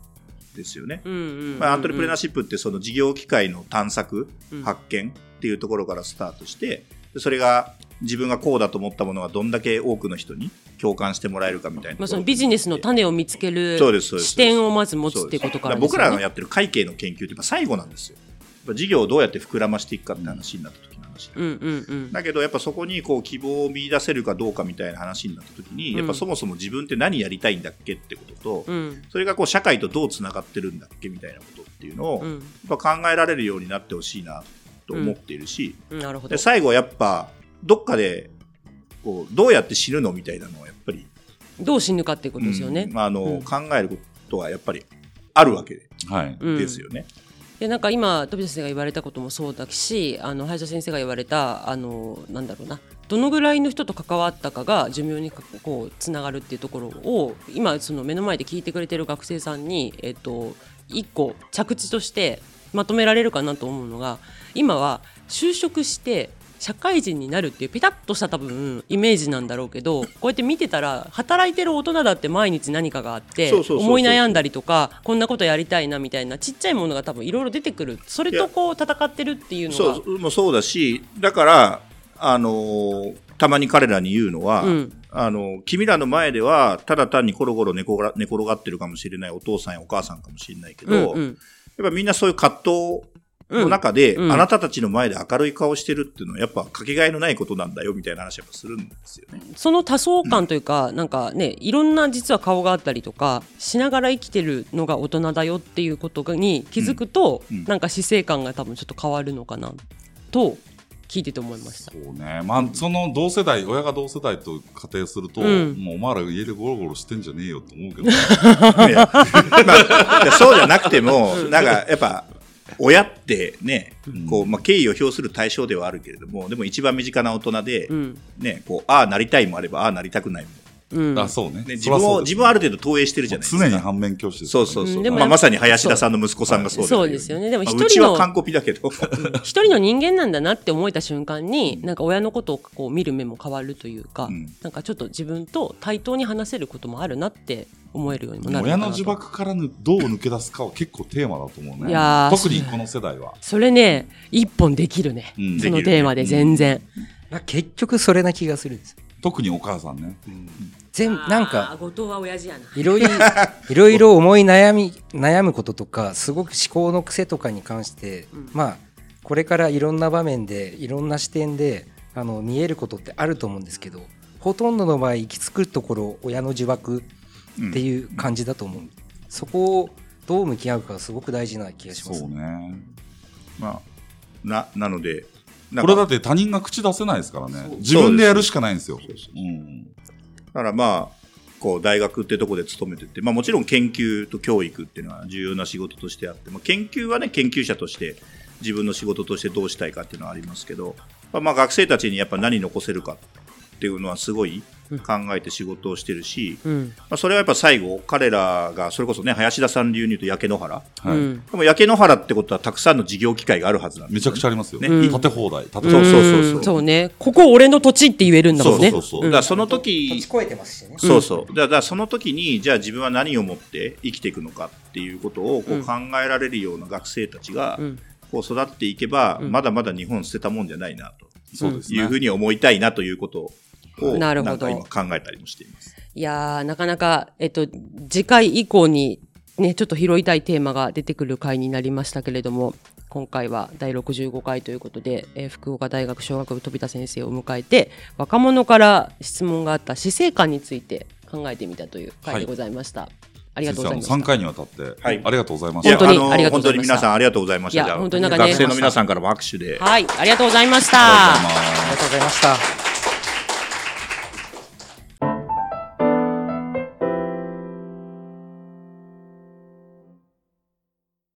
[SPEAKER 3] ですよね。
[SPEAKER 1] うん
[SPEAKER 3] まあ、アントレプレナー
[SPEAKER 1] シ
[SPEAKER 3] シップってその事業機会の探索、
[SPEAKER 1] うん
[SPEAKER 3] 発見っていうところからスタートして、でそれが自分がこうだと思ったものがどんだけ多くの人に共感してもらえるかみたいなところ。
[SPEAKER 1] まあそのビジネスの種を見つける
[SPEAKER 3] そうですそうです
[SPEAKER 1] 視点をまず持つってことから
[SPEAKER 3] そう
[SPEAKER 1] で
[SPEAKER 3] です
[SPEAKER 1] すよ
[SPEAKER 3] だから僕ら
[SPEAKER 1] ね
[SPEAKER 3] がやってる会計の研究ってやっぱ最後なんですよ。やっぱ事業をどうやって膨らましていくかって話になった時の話し
[SPEAKER 1] う
[SPEAKER 3] れない。
[SPEAKER 1] んうんうん。
[SPEAKER 3] だけどやっぱそこにこう希望を見出せるかどうかみたいな話になった時に、
[SPEAKER 1] うん
[SPEAKER 3] やっぱそもそも自分って何やりたいんだっけってことと、
[SPEAKER 1] うん
[SPEAKER 3] それがこう社会とどうつながってるんだっけみたいなことっていうのを、
[SPEAKER 1] う
[SPEAKER 3] やっ
[SPEAKER 1] ん。
[SPEAKER 3] ぱ考えられるようになってほしいなと思っているし、
[SPEAKER 1] なるほど
[SPEAKER 3] で。最後はやっぱどっかでこうどうやって死ぬのみたいなのはやっぱり、
[SPEAKER 1] どう死ぬかっていうことですよね
[SPEAKER 3] うん。まああの
[SPEAKER 1] うん
[SPEAKER 3] 考えることはやっぱりあるわけで
[SPEAKER 4] はい。
[SPEAKER 1] うん
[SPEAKER 3] ですよね。
[SPEAKER 1] いやなんか今飛田先生が言われたこともそうだしあの歯医者先生が言われたあのなんだろうなどのぐらいの人と関わったかが寿命にかこうつながるっていうところを今その目の前で聞いてくれてる学生さんに、えっと一個着地としてまとめられるかなと思うのが今は就職して社会人になるっていうピタッとした多分イメージなんだろうけどこうやって見てたら働いてる大人だって毎日何かがあって
[SPEAKER 3] そうそうそうそう
[SPEAKER 1] 思い悩んだりとかこんなことやりたいなみたいなちっちゃいものが多分いろいろ出てくるそれとこう戦ってるっていうのが
[SPEAKER 3] そうもうそうだしだから、あのーたまに彼らに言うのは、
[SPEAKER 1] うん
[SPEAKER 3] あの君らの前ではただ単にコロコロ寝転が寝転がってるかもしれないお父さんやお母さんかもしれないけど、
[SPEAKER 1] うんうん
[SPEAKER 3] やっぱみんなそういう葛藤の中で、
[SPEAKER 1] うんうん
[SPEAKER 3] あなたたちの前で明るい顔してるっていうのはやっぱかけがえのないことなんだよみたいな話やっぱするんですよ
[SPEAKER 1] *laughs*
[SPEAKER 3] ね。
[SPEAKER 1] その多層感というか、なんかねいろんな実は顔があったりとかしながら生きてるのが大人だよっていうことに気づくと、
[SPEAKER 3] うんうん
[SPEAKER 1] なんか死生観が多分ちょっと変わるのかなと聞いてて思いました。
[SPEAKER 4] そうね。まあ、その同世代、親が同世代と仮定すると、
[SPEAKER 1] うん
[SPEAKER 4] もうお前ら家でゴロゴロしてんじゃねえよと思うけど、
[SPEAKER 3] いやまあいやそうじゃなくても、なんかやっぱ、親ってね、こう、まあ、敬意を表する対象ではあるけれども、でも一番身近な大人で
[SPEAKER 1] う、ん
[SPEAKER 3] ね、こう、ああなりたいもあれば、ああなりたくないも。
[SPEAKER 1] うん
[SPEAKER 4] あ、そうね。
[SPEAKER 3] ね、自分を、自分をある
[SPEAKER 4] る
[SPEAKER 3] 程度投影してるじゃないです
[SPEAKER 4] 常
[SPEAKER 3] か。
[SPEAKER 4] に反面教師です
[SPEAKER 3] そう
[SPEAKER 4] からね、
[SPEAKER 3] そう
[SPEAKER 1] う
[SPEAKER 3] そ
[SPEAKER 1] ん
[SPEAKER 3] う。
[SPEAKER 1] でも
[SPEAKER 3] まあ、まさに林田さんの息子さんがそうだよ
[SPEAKER 1] そうですよねでも
[SPEAKER 3] まあ
[SPEAKER 1] 一人の
[SPEAKER 3] うちは完コピだけど。 *laughs*
[SPEAKER 1] 一人の人間なんだなって思えた瞬間になんか親のことをこう見る目も変わるというか、
[SPEAKER 3] うん
[SPEAKER 1] なんかちょっと自分と対等に話せることもあるなって思えるようにもなる
[SPEAKER 4] 親
[SPEAKER 1] かな
[SPEAKER 4] の呪
[SPEAKER 1] と
[SPEAKER 4] 縛からぬどう抜け出すかは結構テーマだと思うね。
[SPEAKER 1] いやー
[SPEAKER 4] 特にこの世代は。
[SPEAKER 1] それね一本できるね、
[SPEAKER 4] うん
[SPEAKER 1] そ
[SPEAKER 3] でき
[SPEAKER 1] の
[SPEAKER 3] る
[SPEAKER 1] テーマで全然、
[SPEAKER 2] な結局それな気がするんですよ。
[SPEAKER 4] 特にお母さんね。
[SPEAKER 2] 全なんか
[SPEAKER 1] あー後藤は親父やない
[SPEAKER 2] ろいろいろいろ思い悩み悩むこととかすごく思考の癖とかに関して、
[SPEAKER 1] うん
[SPEAKER 2] まあこれからいろんな場面でいろんな視点であの見えることってあると思うんですけどほとんどの場合行き着くところ親の呪縛っていう感じだと思う、そこをどう向き合うかがすごく大事な気がし
[SPEAKER 4] そ
[SPEAKER 2] ます
[SPEAKER 4] うね。
[SPEAKER 3] まあ、な、なので、なんか
[SPEAKER 4] これだって他人が口出せないですからね
[SPEAKER 3] そう。
[SPEAKER 4] 自分でやるしかないんですよ。
[SPEAKER 3] そうです
[SPEAKER 4] うん
[SPEAKER 3] だからまあ、こう大学ってとこで勤めてて、まあ、もちろん研究と教育っていうのは重要な仕事としてあって、まあ、研究はね研究者として自分の仕事としてどうしたいかっていうのはありますけど、まあ、まあ学生たちにやっぱ何残せるかっていうのはすごい考えて仕事をしてるし、
[SPEAKER 1] うん
[SPEAKER 3] まあ、それはやっぱ最後彼らがそれこそね林田さん流に言うと焼け野原
[SPEAKER 4] は
[SPEAKER 1] う
[SPEAKER 4] い
[SPEAKER 1] ん
[SPEAKER 3] でも焼け野原ってことはたくさんの事業機会があるはずなんで
[SPEAKER 4] め
[SPEAKER 3] す
[SPEAKER 4] ちゃくちゃありますよ。
[SPEAKER 3] ね
[SPEAKER 4] 立て放題。立て放
[SPEAKER 3] そう
[SPEAKER 4] 題。
[SPEAKER 3] そうそうそう
[SPEAKER 1] うんそうねここ俺の土地って言えるんだもんね
[SPEAKER 4] そうそうそう
[SPEAKER 3] だからその
[SPEAKER 2] 立
[SPEAKER 3] 時
[SPEAKER 2] ち越えてますしね
[SPEAKER 3] そうそう。だだからその時に、じゃあ自分は何をもって生きていくのかっていうことをこ
[SPEAKER 1] う
[SPEAKER 3] うん考えられるような学生たちが
[SPEAKER 1] う、ん
[SPEAKER 3] こう育っていけば、
[SPEAKER 1] うん
[SPEAKER 3] まだまだ日本捨てたもんじゃないな、
[SPEAKER 4] そうです
[SPEAKER 3] と
[SPEAKER 4] ね。
[SPEAKER 3] いうふうに思いたいなということを、
[SPEAKER 1] なる
[SPEAKER 3] な
[SPEAKER 1] ほ
[SPEAKER 3] ん
[SPEAKER 1] ど
[SPEAKER 3] か今考えたりもしています。
[SPEAKER 1] いやーなかなかえっと次回以降にねちょっと拾いたいテーマが出てくる回になりましたけれども今回は第65回ということで、えー福岡大学小学部飛田先生を迎えて若者から質問があった死生観について考えてみたという回でございました、ありがとうございま
[SPEAKER 4] 3
[SPEAKER 1] した
[SPEAKER 4] 回にわたって、あ
[SPEAKER 3] はい
[SPEAKER 4] りがとうございま
[SPEAKER 3] い
[SPEAKER 4] し
[SPEAKER 3] や
[SPEAKER 4] た
[SPEAKER 1] 本。当に
[SPEAKER 3] の
[SPEAKER 1] ありがとうご
[SPEAKER 3] 本
[SPEAKER 1] ざ
[SPEAKER 3] 当
[SPEAKER 1] い
[SPEAKER 3] に
[SPEAKER 1] ました
[SPEAKER 3] 皆さんありがとうございまし
[SPEAKER 1] いや
[SPEAKER 3] た。じゃあ
[SPEAKER 1] 本当になんかね
[SPEAKER 3] 学生の皆さんからも拍手で。
[SPEAKER 1] はいありがとうございました
[SPEAKER 4] ありがとうございます
[SPEAKER 2] ありがとうございました